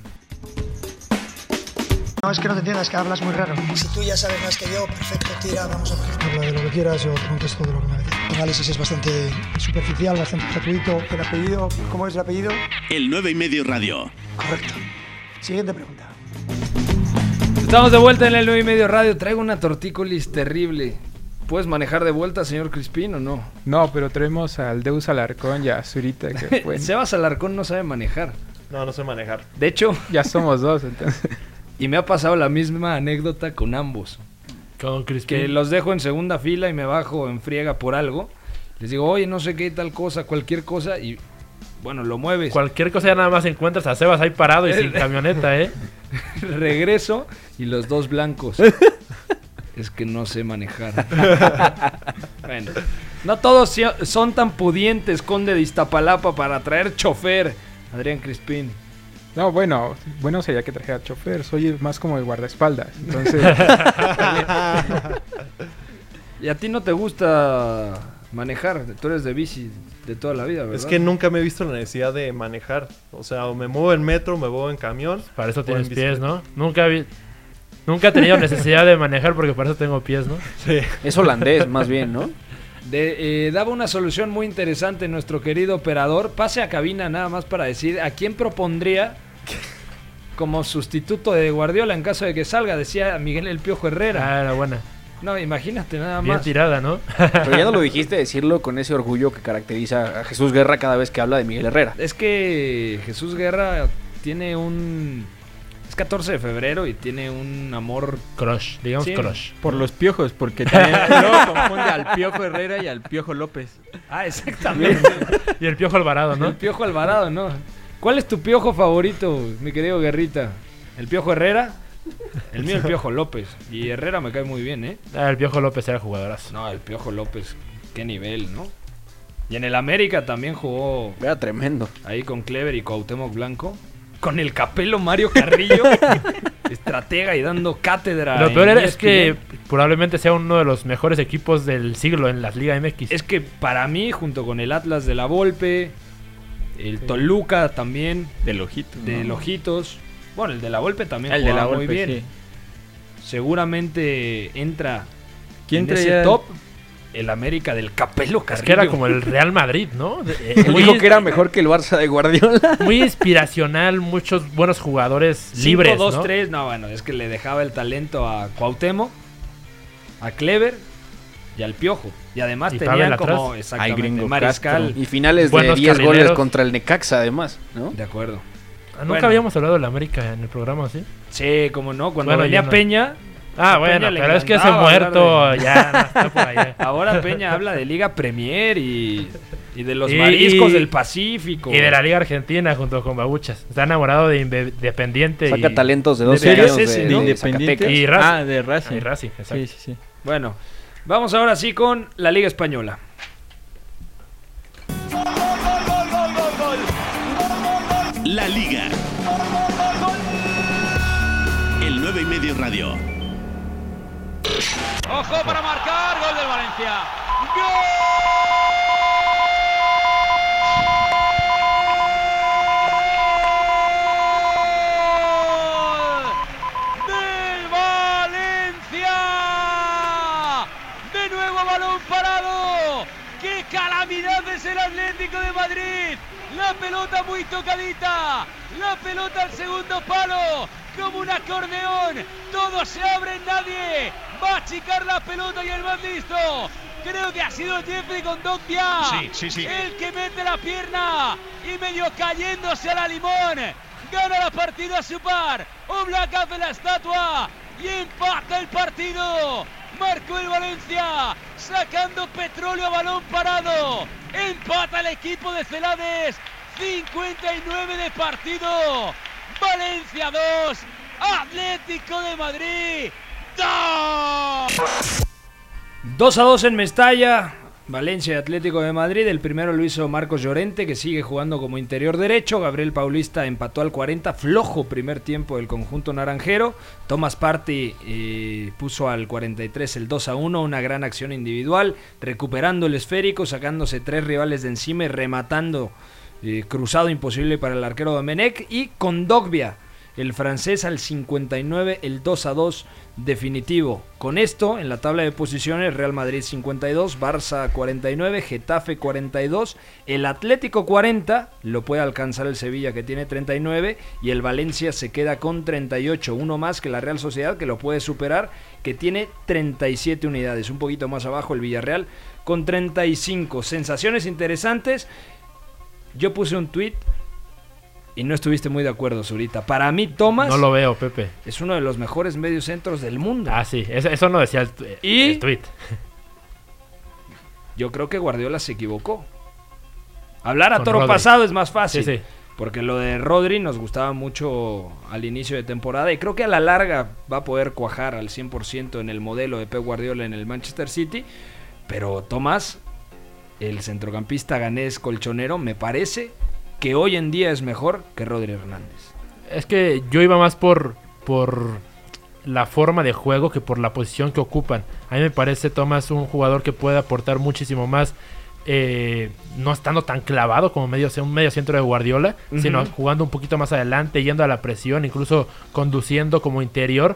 [SPEAKER 9] No, es que no te entiendas, que hablas muy raro. Si tú ya sabes más que yo, perfecto, tira, vamos a ver. Habla de lo que quieras, yo te contesto de lo que me apetece. El análisis es bastante superficial, bastante gratuito. ¿El apellido? ¿Cómo es el apellido?
[SPEAKER 3] El 9 y medio radio.
[SPEAKER 9] Correcto. Siguiente pregunta.
[SPEAKER 1] Estamos de vuelta en el 9 y medio radio. Traigo una tortícolis terrible. ¿Puedes manejar de vuelta, señor Crispín, o no?
[SPEAKER 7] No, pero traemos al Deus Alarcón y a Zurita, que fue-
[SPEAKER 1] Pues, Sebas Alarcón no sabe manejar.
[SPEAKER 8] No, no sé manejar.
[SPEAKER 1] De hecho,
[SPEAKER 7] ya somos dos, entonces.
[SPEAKER 1] y me ha pasado la misma anécdota con ambos.
[SPEAKER 4] Con Crispin.
[SPEAKER 1] que los dejo en segunda fila y me bajo en friega por algo. Les digo, oye, no sé qué, tal cosa, cualquier cosa, y bueno, lo mueves.
[SPEAKER 4] Cualquier cosa ya nada más encuentras a Sebas ahí parado y sin camioneta, ¿eh?
[SPEAKER 1] Regreso y los dos blancos. es que no sé manejar. bueno, no todos si- son tan pudientes, conde de Iztapalapa, para traer chofer. Adrián Crispín.
[SPEAKER 7] No, bueno, bueno sería que trajera chofer, soy más como el guardaespaldas. Entonces,
[SPEAKER 1] Y a ti no te gusta manejar, tú eres de bici de toda la vida, ¿verdad?
[SPEAKER 8] Es que nunca me he visto la necesidad de manejar. O sea, o me muevo en metro, me muevo en camión.
[SPEAKER 4] Para eso
[SPEAKER 8] o
[SPEAKER 4] tienes
[SPEAKER 8] en
[SPEAKER 4] pies, ¿no? Nunca vi... Nunca he tenido necesidad de manejar porque para eso tengo pies, ¿no?
[SPEAKER 5] Es holandés, más bien, ¿no?
[SPEAKER 1] De- eh, daba una solución muy interesante nuestro querido operador. Pase a cabina nada más para decir a quién propondría como sustituto de Guardiola en caso de que salga, decía Miguel El Piojo Herrera.
[SPEAKER 4] Ah, era buena.
[SPEAKER 1] No, imagínate nada
[SPEAKER 4] Bien
[SPEAKER 1] más.
[SPEAKER 4] tirada, ¿no?
[SPEAKER 5] Pero ya no lo dijiste decirlo con ese orgullo que caracteriza a Jesús Guerra cada vez que habla de Miguel Herrera.
[SPEAKER 1] Es que Jesús Guerra tiene un... Es 14 de febrero y tiene un amor...
[SPEAKER 4] Crush, digamos
[SPEAKER 1] Sí.
[SPEAKER 4] crush.
[SPEAKER 6] Por los piojos, porque también luego confunde al piojo Herrera y al piojo López.
[SPEAKER 1] Ah, exactamente.
[SPEAKER 4] Y el piojo Alvarado,
[SPEAKER 1] El
[SPEAKER 4] ¿no?
[SPEAKER 1] Piojo Alvarado, ¿no? ¿Cuál es tu piojo favorito, mi querido Guerrita? ¿El Piojo Herrera? El mío, el Piojo López. Y Herrera me cae muy bien, ¿eh?
[SPEAKER 4] Ah, el piojo López era jugadorazo.
[SPEAKER 1] No, el Piojo López, qué nivel, ¿no? Y en el América también jugó
[SPEAKER 5] Era tremendo.
[SPEAKER 1] ahí con Clever y Cuauhtémoc Blanco. Con el capelo Mario Carrillo, estratega y dando cátedra.
[SPEAKER 4] Lo
[SPEAKER 1] en E
[SPEAKER 4] peor era- es que
[SPEAKER 1] ESPN.
[SPEAKER 4] probablemente sea uno de los mejores equipos del siglo en las Liga MX.
[SPEAKER 1] Es que para mí, junto con el Atlas de la Volpe, el Toluca también,
[SPEAKER 6] Del ojito.
[SPEAKER 1] de
[SPEAKER 6] ¿no? Ah,
[SPEAKER 1] Lojitos. Bueno, el de la Volpe también
[SPEAKER 6] El de la
[SPEAKER 1] jugaba
[SPEAKER 6] Volpe,
[SPEAKER 1] muy bien.
[SPEAKER 6] sí.
[SPEAKER 1] Seguramente entra
[SPEAKER 6] ¿Quién
[SPEAKER 1] en ese
[SPEAKER 6] traía-
[SPEAKER 1] top el América del Capelo
[SPEAKER 4] Es
[SPEAKER 1] Carrillo.
[SPEAKER 4] que era como el Real Madrid, ¿no? De- eh,
[SPEAKER 5] Él
[SPEAKER 4] muy,
[SPEAKER 5] dijo que era mejor que el Barça de Guardiola.
[SPEAKER 4] muy inspiracional, muchos buenos jugadores libres,
[SPEAKER 1] 5, 2,
[SPEAKER 4] ¿no?
[SPEAKER 1] 3. No, bueno, es que le dejaba el talento a Cuauhtémoc, a Clever y al Piojo. Y además
[SPEAKER 4] Y
[SPEAKER 1] tenían
[SPEAKER 4] Pavel
[SPEAKER 1] como
[SPEAKER 4] atrás.
[SPEAKER 6] Al
[SPEAKER 1] exactamente
[SPEAKER 6] gringo
[SPEAKER 1] Mariscal.
[SPEAKER 5] Y finales de
[SPEAKER 4] Buenos
[SPEAKER 5] 10 goles
[SPEAKER 4] carrileros.
[SPEAKER 5] contra el Necaxa, además, ¿no?
[SPEAKER 1] De acuerdo.
[SPEAKER 4] Ah, Nunca
[SPEAKER 1] Bueno.
[SPEAKER 4] habíamos hablado de la América en el programa, ¿sí?
[SPEAKER 1] Sí, como no, cuando
[SPEAKER 4] Bueno,
[SPEAKER 1] venía
[SPEAKER 4] ya no.
[SPEAKER 1] Peña,
[SPEAKER 4] Ah,
[SPEAKER 1] A Peña
[SPEAKER 4] bueno,
[SPEAKER 1] le
[SPEAKER 4] pero es que ese
[SPEAKER 1] encantaba hablar
[SPEAKER 4] muerto ya no está por ¿eh? allá.
[SPEAKER 1] ahora Peña habla de Liga Premier y, y de los
[SPEAKER 4] Y-
[SPEAKER 1] mariscos
[SPEAKER 4] y-
[SPEAKER 1] del Pacífico.
[SPEAKER 4] Y de la Liga Argentina junto con Babuchas. Está enamorado de Independiente
[SPEAKER 5] Saca
[SPEAKER 4] y,
[SPEAKER 5] talentos de 12
[SPEAKER 1] Debería
[SPEAKER 5] años
[SPEAKER 1] ser
[SPEAKER 5] de,
[SPEAKER 1] ese,
[SPEAKER 5] de
[SPEAKER 1] ¿no?
[SPEAKER 6] Independiente.
[SPEAKER 5] Zacatecas.
[SPEAKER 4] Y Racing.
[SPEAKER 6] Ah, de Racing.
[SPEAKER 4] y Racing, exacto.
[SPEAKER 6] Sí, sí, sí.
[SPEAKER 1] Bueno, vamos ahora sí con la Liga Española.
[SPEAKER 3] La Liga. Medio Radio.
[SPEAKER 10] Ojo para marcar, gol del Valencia. ¡Gol! ¡Del Valencia! De nuevo balón parado. ¡Qué calamidad es el Atlético de Madrid! La pelota muy tocadita. La pelota al segundo palo. Como un acordeón. Todo se abre, nadie. Va a achicar la pelota y el más listo. Creo que ha sido Jeffrey Gondogbia.
[SPEAKER 11] Sí, sí, sí.
[SPEAKER 10] El que mete la pierna y medio cayéndose a la limón. Gana la partida a su par. Oblak hace la estatua y empata el partido. Marcó el Valencia, sacando petróleo a balón parado. Empata el equipo de Celades. 59 de partido. Valencia 2, Atlético de Madrid 2.
[SPEAKER 1] 2 a 2 en Mestalla. Valencia y Atlético de Madrid. El primero lo hizo Marcos Llorente, que sigue jugando como interior derecho. Gabriel Paulista empató al 40. Flojo primer tiempo del conjunto naranjero. Thomas Party eh, puso al 43 el 2 a 1. Una gran acción individual. Recuperando el esférico, sacándose tres rivales de encima y rematando. eh, cruzado imposible para el arquero Domenech. Y con Dogbia el francés al 59, el 2 a 2 definitivo. Con esto, en la tabla de posiciones, Real Madrid 52, Barça 49, Getafe 42, el Atlético 40, lo puede alcanzar el Sevilla que tiene 39 y el Valencia se queda con 38, uno más que la Real Sociedad que lo puede superar, que tiene 37 unidades, un poquito más abajo el Villarreal con 35. Sensaciones interesantes. Yo puse un tweet y no estuviste muy de acuerdo, Zurita. Para mí, Tomás
[SPEAKER 4] No lo veo, Pepe.
[SPEAKER 1] es uno de los mejores medios centros del mundo.
[SPEAKER 4] Ah, sí. Eso, eso no decía el, tu-
[SPEAKER 1] Y-
[SPEAKER 4] el tweet.
[SPEAKER 1] Yo creo que Guardiola se equivocó. Hablar a
[SPEAKER 4] Con
[SPEAKER 1] toro
[SPEAKER 4] Rodri.
[SPEAKER 1] pasado es más fácil.
[SPEAKER 4] Sí, sí.
[SPEAKER 1] Porque lo de Rodri nos gustaba mucho al inicio de temporada y creo que a la larga va a poder cuajar al 100% en el modelo de Pep Guardiola en el Manchester City. Pero Tomás, el centrocampista ganés colchonero, me parece que hoy en día es mejor que Rodri Hernández.
[SPEAKER 4] Es que yo iba más por, por la forma de juego que por la posición que ocupan. A mí me parece Tomás un jugador que puede aportar muchísimo más. eh, no estando tan clavado como medio, un medio centro de Guardiola,
[SPEAKER 12] Ujú.
[SPEAKER 4] sino jugando un poquito más adelante, yendo a la presión, incluso conduciendo como interior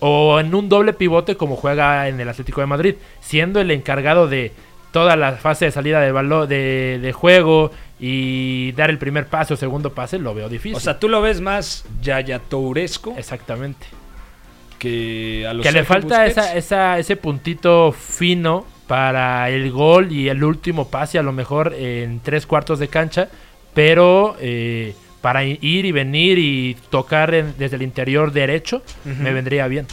[SPEAKER 4] o en un doble pivote como juega en el Atlético de Madrid, siendo el encargado de toda la fase de salida de, balón de, de juego y dar el primer pase o segundo pase, lo veo difícil.
[SPEAKER 1] O sea, tú lo ves más Yaya Touresco.
[SPEAKER 4] Exactamente.
[SPEAKER 1] Que a los
[SPEAKER 4] que le
[SPEAKER 1] Sergio
[SPEAKER 4] falta
[SPEAKER 1] Busquets.
[SPEAKER 4] esa, esa- ese puntito fino para el gol y el último pase, a lo mejor en tres cuartos de cancha, pero eh, para i- ir y venir y tocar en- desde el interior derecho,
[SPEAKER 1] Ujú.
[SPEAKER 4] me vendría bien.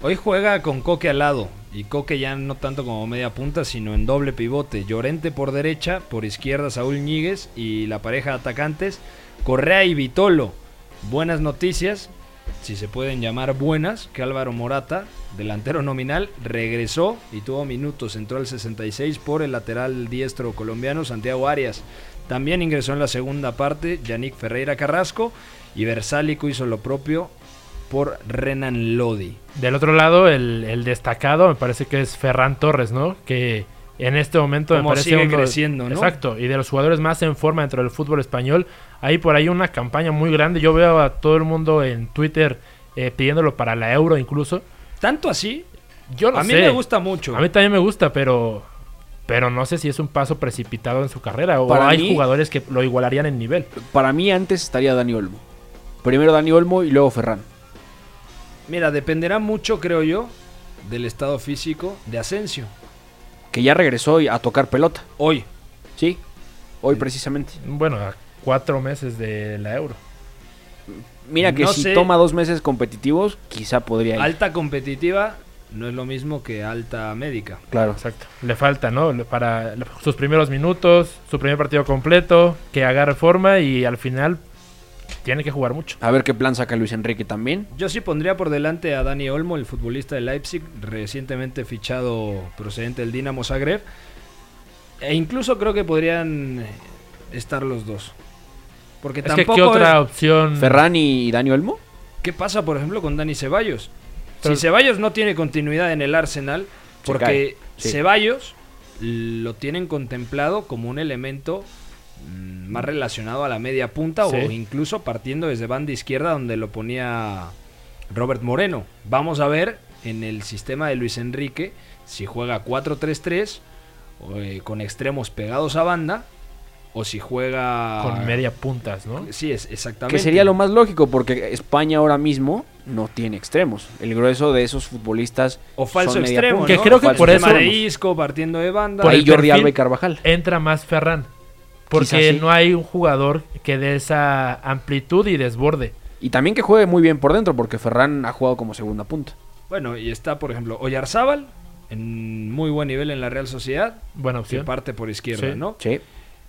[SPEAKER 1] Hoy juega con Coque al lado. Y Coque ya no tanto como media punta, sino en doble pivote. Llorente por derecha, por izquierda Saúl Ñíguez y la pareja de atacantes, Correa y Vitolo. Buenas noticias, si se pueden llamar buenas, que Álvaro Morata, delantero nominal, regresó y tuvo minutos. Entró al 66 por el lateral diestro colombiano Santiago Arias. También ingresó en la segunda parte Yannick Ferreira Carrasco y Versálico hizo lo propio por Renan Lodi.
[SPEAKER 4] Del otro lado, el, el destacado me parece que es Ferran Torres, ¿no? Que en este momento me
[SPEAKER 1] Como
[SPEAKER 4] parece
[SPEAKER 1] sigue
[SPEAKER 4] uno de-
[SPEAKER 1] creciendo, ¿no?
[SPEAKER 4] Exacto, y de los jugadores más en forma dentro del fútbol español. Hay por ahí una campaña muy grande. Yo veo a todo el mundo en Twitter eh, pidiéndolo para la Euro incluso.
[SPEAKER 1] ¿Tanto así?
[SPEAKER 4] Yo no
[SPEAKER 1] A mí
[SPEAKER 4] sé.
[SPEAKER 1] me gusta mucho.
[SPEAKER 4] A mí también me gusta, pero pero no sé si es un paso precipitado en su carrera o
[SPEAKER 5] Para
[SPEAKER 4] hay
[SPEAKER 5] mí-
[SPEAKER 4] jugadores que lo igualarían en nivel.
[SPEAKER 5] Para mí antes estaría Dani Olmo. Primero Dani Olmo y luego Ferran.
[SPEAKER 1] Mira, dependerá mucho, creo yo, del estado físico de Asensio.
[SPEAKER 5] Que ya regresó y- a tocar pelota.
[SPEAKER 1] Hoy.
[SPEAKER 5] Sí, hoy precisamente.
[SPEAKER 4] Bueno, a cuatro meses de la Euro.
[SPEAKER 5] Mira que
[SPEAKER 1] No
[SPEAKER 5] si
[SPEAKER 1] sé.
[SPEAKER 5] toma dos meses competitivos, quizá podría ir.
[SPEAKER 1] Alta competitiva no es lo mismo que alta médica.
[SPEAKER 5] Claro.
[SPEAKER 4] Exacto. Le falta, ¿no? Le- Para le- sus primeros minutos, su primer partido completo, que agarre forma y al final tiene que jugar mucho.
[SPEAKER 5] A ver qué plan saca Luis Enrique también.
[SPEAKER 1] Yo sí pondría por delante a Dani Olmo, el futbolista de Leipzig, recientemente fichado procedente del Dinamo Zagreb. E incluso creo que podrían estar los dos. Porque
[SPEAKER 4] Es que,
[SPEAKER 1] tampoco
[SPEAKER 4] ¿qué otra
[SPEAKER 1] es-
[SPEAKER 4] opción?
[SPEAKER 5] Ferran y Dani Olmo.
[SPEAKER 1] ¿Qué pasa, por ejemplo, con Dani Ceballos? si Ceballos no tiene continuidad en el Arsenal,
[SPEAKER 5] Se
[SPEAKER 1] porque
[SPEAKER 5] cae, sí.
[SPEAKER 1] Ceballos lo tienen contemplado como un elemento mm, más relacionado a la media punta
[SPEAKER 4] Sí.
[SPEAKER 1] o incluso partiendo desde banda izquierda donde lo ponía Robert Moreno. Vamos a ver en el sistema de Luis Enrique si juega 4-3-3 o, eh, con extremos pegados a banda o si juega
[SPEAKER 4] Con media puntas, ¿no?
[SPEAKER 1] Sí, es exactamente.
[SPEAKER 5] Que sería lo más lógico porque España ahora mismo no tiene extremos. El grueso de esos futbolistas
[SPEAKER 1] o falso
[SPEAKER 5] son media
[SPEAKER 1] extremo,
[SPEAKER 5] punta.
[SPEAKER 1] ¿no?
[SPEAKER 4] creo que
[SPEAKER 5] Falso
[SPEAKER 4] por eso-
[SPEAKER 1] Tema de
[SPEAKER 5] extremos.
[SPEAKER 1] Isco partiendo de banda.
[SPEAKER 5] Por ahí
[SPEAKER 4] el
[SPEAKER 5] Jordi
[SPEAKER 4] perfil-
[SPEAKER 5] Alba y Carvajal.
[SPEAKER 4] Entra más Ferran.
[SPEAKER 5] Quizás
[SPEAKER 4] Porque
[SPEAKER 5] sí.
[SPEAKER 4] no hay un jugador que dé esa amplitud y desborde.
[SPEAKER 5] Y también que juegue muy bien por dentro porque Ferran ha jugado como segunda punta.
[SPEAKER 1] Bueno, y está, por ejemplo, Oyarzábal, en muy buen nivel en la Real Sociedad,
[SPEAKER 4] Buena
[SPEAKER 1] que
[SPEAKER 4] opción.
[SPEAKER 1] parte por izquierda,
[SPEAKER 4] Sí.
[SPEAKER 1] ¿no?
[SPEAKER 5] Sí.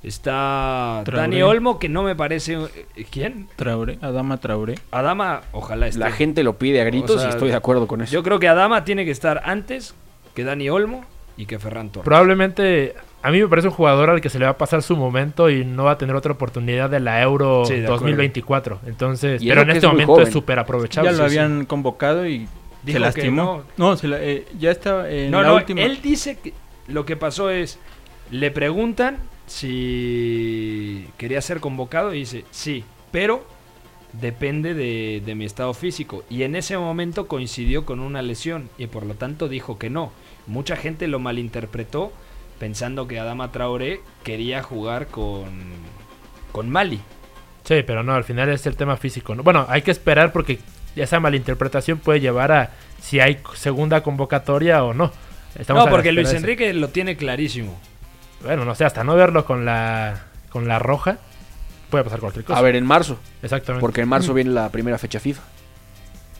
[SPEAKER 1] Está
[SPEAKER 6] Traoré.
[SPEAKER 1] Dani Olmo, que no me parece... eh, ¿Quién?
[SPEAKER 6] Traoré, Adama Traoré.
[SPEAKER 1] Adama, ojalá esté.
[SPEAKER 5] La gente lo pide a gritos
[SPEAKER 1] este- sea,
[SPEAKER 5] y estoy de acuerdo con eso.
[SPEAKER 1] Yo creo que Adama tiene que estar antes que Dani Olmo y que Ferran Torres.
[SPEAKER 4] Probablemente, a mí me parece un jugador al que se le va a pasar su momento y no va a tener otra oportunidad de la Euro
[SPEAKER 1] Sí, de acuerdo.
[SPEAKER 4] 2024. Entonces,
[SPEAKER 5] Y
[SPEAKER 4] pero
[SPEAKER 5] eso
[SPEAKER 4] en
[SPEAKER 5] que
[SPEAKER 4] este
[SPEAKER 5] es muy
[SPEAKER 4] momento es
[SPEAKER 5] joven.
[SPEAKER 4] súper aprovechable.
[SPEAKER 6] ya lo
[SPEAKER 4] sí, sí.
[SPEAKER 6] habían convocado y
[SPEAKER 1] Dijo que
[SPEAKER 6] se lastimó. No, se la- eh, ya estaba en
[SPEAKER 1] no,
[SPEAKER 6] la
[SPEAKER 1] no,
[SPEAKER 6] última.
[SPEAKER 1] él dice que lo que pasó es, le preguntan si quería ser convocado y dice, sí, pero depende de, de mi estado físico. Y en ese momento coincidió con una lesión y por lo tanto dijo que no. Mucha gente lo malinterpretó pensando que Adama Traoré quería jugar con, con Mali.
[SPEAKER 4] Sí, pero no, al final es el tema físico. ¿no? Bueno, hay que esperar porque esa malinterpretación puede llevar a si hay segunda convocatoria o no. Estamos a
[SPEAKER 1] no,
[SPEAKER 4] la
[SPEAKER 1] porque
[SPEAKER 4] espera
[SPEAKER 1] Luis
[SPEAKER 4] de eso.
[SPEAKER 1] Enrique lo tiene clarísimo.
[SPEAKER 4] Bueno, no sé, hasta no verlo con la, con la roja, puede pasar cualquier cosa.
[SPEAKER 5] A ver, en marzo.
[SPEAKER 4] Exactamente.
[SPEAKER 5] Porque en marzo viene la primera fecha FIFA.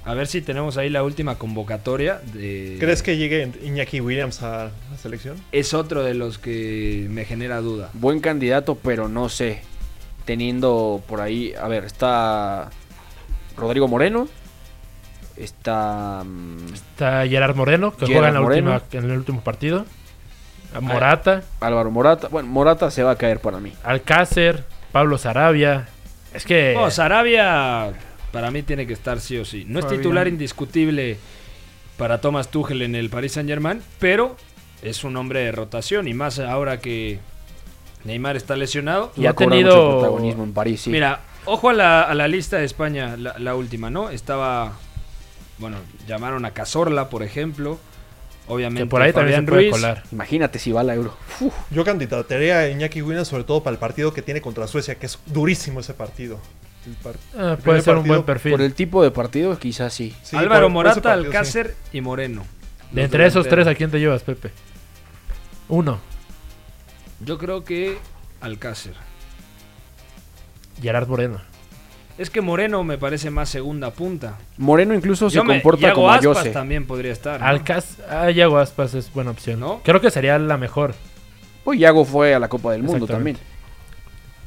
[SPEAKER 1] A ver si tenemos ahí la última convocatoria de...
[SPEAKER 8] ¿Crees que llegue Iñaki Williams a la selección?
[SPEAKER 1] es otro de los que me genera duda.
[SPEAKER 5] Buen candidato, pero no sé. Teniendo por ahí, a ver, está Rodrigo Moreno. Está mm,
[SPEAKER 4] Está Gerard Moreno, que juega en, la
[SPEAKER 5] Gerard Moreno.
[SPEAKER 4] última, en el último partido. A Morata,
[SPEAKER 5] Álvaro Morata. Bueno, Morata se va a caer para
[SPEAKER 1] Pues
[SPEAKER 5] mí.
[SPEAKER 4] Alcácer, Pablo Sarabia. Es que.
[SPEAKER 1] No, Sarabia para mí tiene que estar sí o sí. No es
[SPEAKER 7] Fabián.
[SPEAKER 1] titular indiscutible para Thomas Tuchel en el Paris Saint-Germain, pero es un hombre de rotación y más ahora que Neymar está lesionado.
[SPEAKER 4] Y
[SPEAKER 5] Va
[SPEAKER 4] ha
[SPEAKER 5] a cobrar
[SPEAKER 4] tenido-
[SPEAKER 5] mucho protagonismo en París, sí.
[SPEAKER 1] Mira, ojo a la, a la lista de España, la, la última, ¿no? Estaba, bueno, llamaron a Cazorla, por ejemplo. Obviamente
[SPEAKER 4] que por ahí
[SPEAKER 1] Fabián
[SPEAKER 4] también se puede
[SPEAKER 1] Ruiz.
[SPEAKER 4] colar.
[SPEAKER 5] Imagínate si va a la Euro. Uf,
[SPEAKER 8] Yo candidataría a Iñaki Williams sobre todo para el partido que tiene contra Suecia, que es durísimo ese partido. El par-
[SPEAKER 4] Ah,
[SPEAKER 8] primer
[SPEAKER 4] puede ser un
[SPEAKER 8] partido
[SPEAKER 4] buen perfil.
[SPEAKER 5] por el tipo de partido, quizás sí.
[SPEAKER 8] sí,
[SPEAKER 1] Álvaro
[SPEAKER 8] por- por ese
[SPEAKER 1] Morata,
[SPEAKER 8] partido, sí.
[SPEAKER 1] Alcácer y Moreno.
[SPEAKER 4] De
[SPEAKER 1] Los
[SPEAKER 4] entre esos
[SPEAKER 1] delanteros.
[SPEAKER 4] tres, ¿a quién te llevas, Pepe? Uno,
[SPEAKER 1] Yo creo que Alcácer.
[SPEAKER 4] Gerard Moreno.
[SPEAKER 1] Es que Moreno me parece más segunda punta.
[SPEAKER 5] Moreno incluso se
[SPEAKER 1] Yo me-
[SPEAKER 5] comporta
[SPEAKER 1] Yago
[SPEAKER 5] como
[SPEAKER 1] Aspas
[SPEAKER 5] Jose.
[SPEAKER 1] también podría estar. ¿no?
[SPEAKER 4] Alcaz, ah, Yago Aspas es buena opción.
[SPEAKER 1] ¿No?
[SPEAKER 4] Creo que sería la mejor.
[SPEAKER 5] Pues Yago fue a la Copa del Mundo también.
[SPEAKER 4] Exactamente.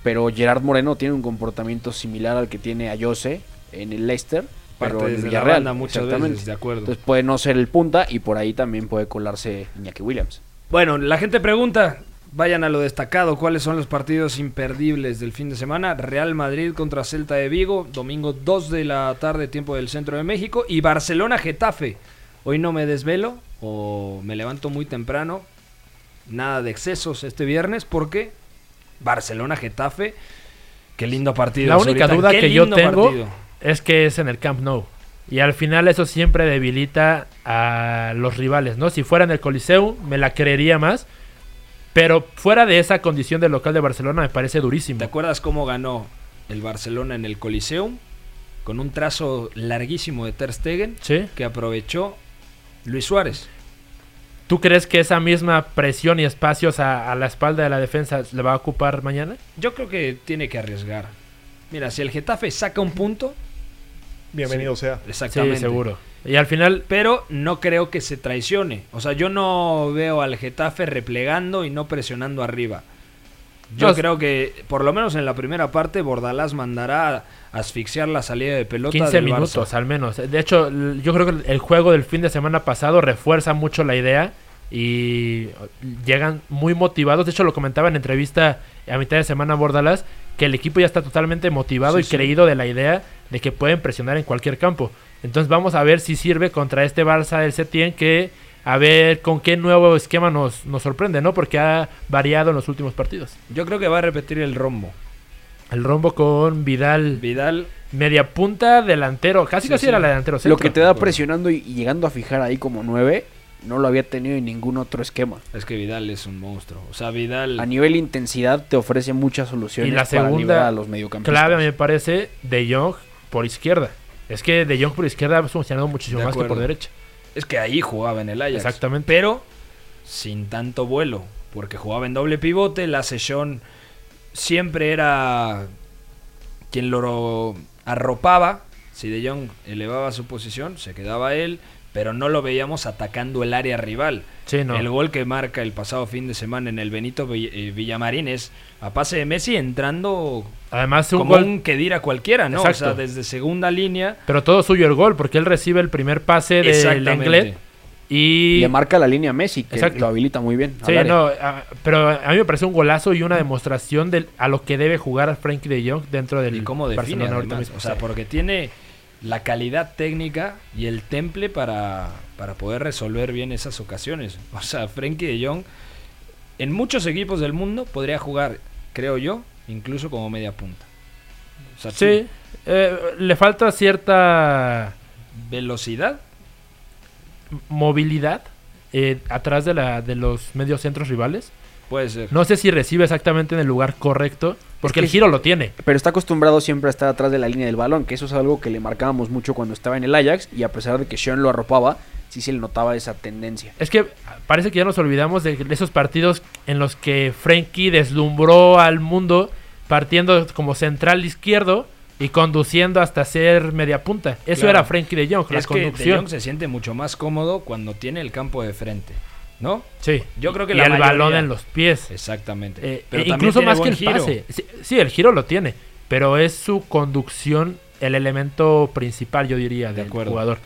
[SPEAKER 5] Pero Gerard Moreno tiene un comportamiento similar al que tiene a Jose en el Leicester,
[SPEAKER 1] Parte
[SPEAKER 5] pero en el
[SPEAKER 1] desde la
[SPEAKER 5] Villarreal.
[SPEAKER 1] banda muchas
[SPEAKER 5] exactamente.
[SPEAKER 1] veces, de acuerdo.
[SPEAKER 5] Entonces puede no ser el punta y por ahí también puede colarse Iñaki Williams.
[SPEAKER 1] bueno, la gente pregunta, vayan a lo destacado, ¿cuáles son los partidos imperdibles del fin de semana? Real Madrid contra Celta de Vigo, domingo 2 de la tarde, tiempo del centro de México, y Barcelona-Getafe. Hoy no me desvelo o me levanto muy temprano, nada de excesos este viernes, porque Barcelona-Getafe, qué lindo partido.
[SPEAKER 4] La única
[SPEAKER 1] Zurita,
[SPEAKER 4] duda
[SPEAKER 1] qué
[SPEAKER 4] que yo
[SPEAKER 1] lindo
[SPEAKER 4] tengo
[SPEAKER 1] partido.
[SPEAKER 4] es que es en el Camp Nou. Y al final eso siempre debilita a los rivales, ¿no? Si fuera en el Coliseo, me la creería más. Pero fuera de esa condición del local de Barcelona, me parece durísimo.
[SPEAKER 1] ¿Te acuerdas cómo ganó el Barcelona en el Coliseum? Con un trazo larguísimo de Ter Stegen
[SPEAKER 4] Sí.
[SPEAKER 1] que aprovechó Luis Suárez.
[SPEAKER 4] ¿Tú crees que esa misma presión y espacios a, a la espalda de la defensa le va a ocupar mañana?
[SPEAKER 1] Yo creo que tiene que arriesgar. Mira, si el Getafe saca un punto,
[SPEAKER 8] Bienvenido sea.
[SPEAKER 1] exactamente.
[SPEAKER 4] Sí, seguro. Y al final,
[SPEAKER 1] Pero no creo que se traicione. O sea, yo no veo al Getafe replegando y no presionando arriba. Yo
[SPEAKER 4] No,
[SPEAKER 1] creo que, por lo menos en la primera parte, Bordalás mandará a asfixiar la salida de pelota.
[SPEAKER 4] 15
[SPEAKER 1] del
[SPEAKER 4] minutos
[SPEAKER 1] Barça.
[SPEAKER 4] al menos. De hecho, l- yo creo que el juego del fin de semana pasado refuerza mucho la idea y llegan muy motivados. De hecho, lo comentaba en entrevista a mitad de semana a Bordalas, que el equipo ya está totalmente motivado
[SPEAKER 1] Sí,
[SPEAKER 4] y
[SPEAKER 1] sí.
[SPEAKER 4] creído de la idea de que pueden presionar en cualquier campo. Entonces vamos a ver si sirve contra este Barça del Setien que a ver con qué nuevo esquema nos, nos sorprende, ¿no? Porque ha variado en los últimos partidos.
[SPEAKER 1] Yo creo que va a repetir el rombo.
[SPEAKER 4] El rombo con Vidal.
[SPEAKER 1] Vidal.
[SPEAKER 4] Media punta, delantero. Casi casi era la delantero.
[SPEAKER 5] Lo
[SPEAKER 4] centro.
[SPEAKER 5] que te da presionando y y llegando a fijar ahí como 9, no lo había tenido en ningún otro esquema.
[SPEAKER 1] Es que Vidal es un monstruo. O sea, Vidal.
[SPEAKER 5] A nivel intensidad te ofrece muchas
[SPEAKER 4] Y
[SPEAKER 5] soluciones
[SPEAKER 4] la
[SPEAKER 5] para liberar
[SPEAKER 4] segunda
[SPEAKER 5] a los mediocampistas.
[SPEAKER 4] clave, a mí me parece, De Jong por izquierda. Es que De Jong por izquierda ha funcionado muchísimo
[SPEAKER 1] De
[SPEAKER 4] más que por
[SPEAKER 1] acuerdo.
[SPEAKER 4] derecha.
[SPEAKER 1] Es que ahí jugaba en el Ajax.
[SPEAKER 4] Exactamente.
[SPEAKER 1] Pero sin tanto vuelo. Porque jugaba en doble pivote. La sesión siempre era quien lo arropaba. Si De Jong elevaba su posición, se quedaba él. Pero no lo veíamos atacando el área rival.
[SPEAKER 4] Sí, no.
[SPEAKER 1] El gol que marca el pasado fin de semana en el Benito Vi- eh, Villamarín es a pase de Messi entrando
[SPEAKER 4] Además, un
[SPEAKER 1] como
[SPEAKER 4] gol.
[SPEAKER 1] un que dir a cualquiera, ¿no? O sea,
[SPEAKER 4] Exacto.
[SPEAKER 1] desde segunda línea.
[SPEAKER 4] Pero todo suyo el gol, porque él recibe el primer pase del
[SPEAKER 1] Exactamente.
[SPEAKER 4] Lenglet. Y.
[SPEAKER 5] Le marca la línea a Messi, que
[SPEAKER 4] Exacto.
[SPEAKER 5] lo habilita muy bien. al
[SPEAKER 4] Sí,
[SPEAKER 5] área.
[SPEAKER 4] no, a- pero a mí me parece un golazo y una demostración del, a lo que debe jugar Frankie de Jong dentro del
[SPEAKER 1] y cómo define
[SPEAKER 4] Barcelona ahorita
[SPEAKER 1] además.
[SPEAKER 4] mismo.
[SPEAKER 1] o sea
[SPEAKER 4] Sí.
[SPEAKER 1] porque tiene la calidad técnica y el temple para, para poder resolver bien esas ocasiones o sea Frenkie de Jong en muchos equipos del mundo podría jugar creo yo incluso como media punta o sea,
[SPEAKER 4] Sí, eh, le falta cierta
[SPEAKER 1] tiene velocidad
[SPEAKER 4] movilidad eh, atrás de, la, de los mediocentros rivales.
[SPEAKER 1] puede ser
[SPEAKER 4] No sé si recibe exactamente en el lugar correcto, porque
[SPEAKER 5] que
[SPEAKER 4] el giro lo tiene.
[SPEAKER 5] Pero está acostumbrado siempre a estar atrás de la línea del balón, que eso es algo que le marcábamos mucho cuando estaba en el Ajax, y a pesar de que Sean lo arropaba, sí se le notaba esa tendencia.
[SPEAKER 4] Es que parece que ya nos olvidamos de esos partidos en los que Frenkie deslumbró al mundo partiendo como central izquierdo y conduciendo hasta ser media punta. Eso
[SPEAKER 1] Claro.
[SPEAKER 4] era Frenkie de Jong, la
[SPEAKER 1] es que De
[SPEAKER 4] conducción.
[SPEAKER 1] Jong se siente mucho más cómodo cuando tiene el campo de frente no
[SPEAKER 4] Sí.
[SPEAKER 1] Yo creo que
[SPEAKER 4] y
[SPEAKER 1] la
[SPEAKER 4] el balón
[SPEAKER 1] mayoría-
[SPEAKER 4] en los pies.
[SPEAKER 1] exactamente
[SPEAKER 4] Eh,
[SPEAKER 1] Pero
[SPEAKER 4] e
[SPEAKER 1] también
[SPEAKER 4] incluso
[SPEAKER 1] tiene
[SPEAKER 4] más que
[SPEAKER 1] buen
[SPEAKER 4] el pase. Sí, sí, el giro lo tiene, pero es su conducción el elemento principal, yo diría, del
[SPEAKER 1] acuerdo.
[SPEAKER 4] jugador.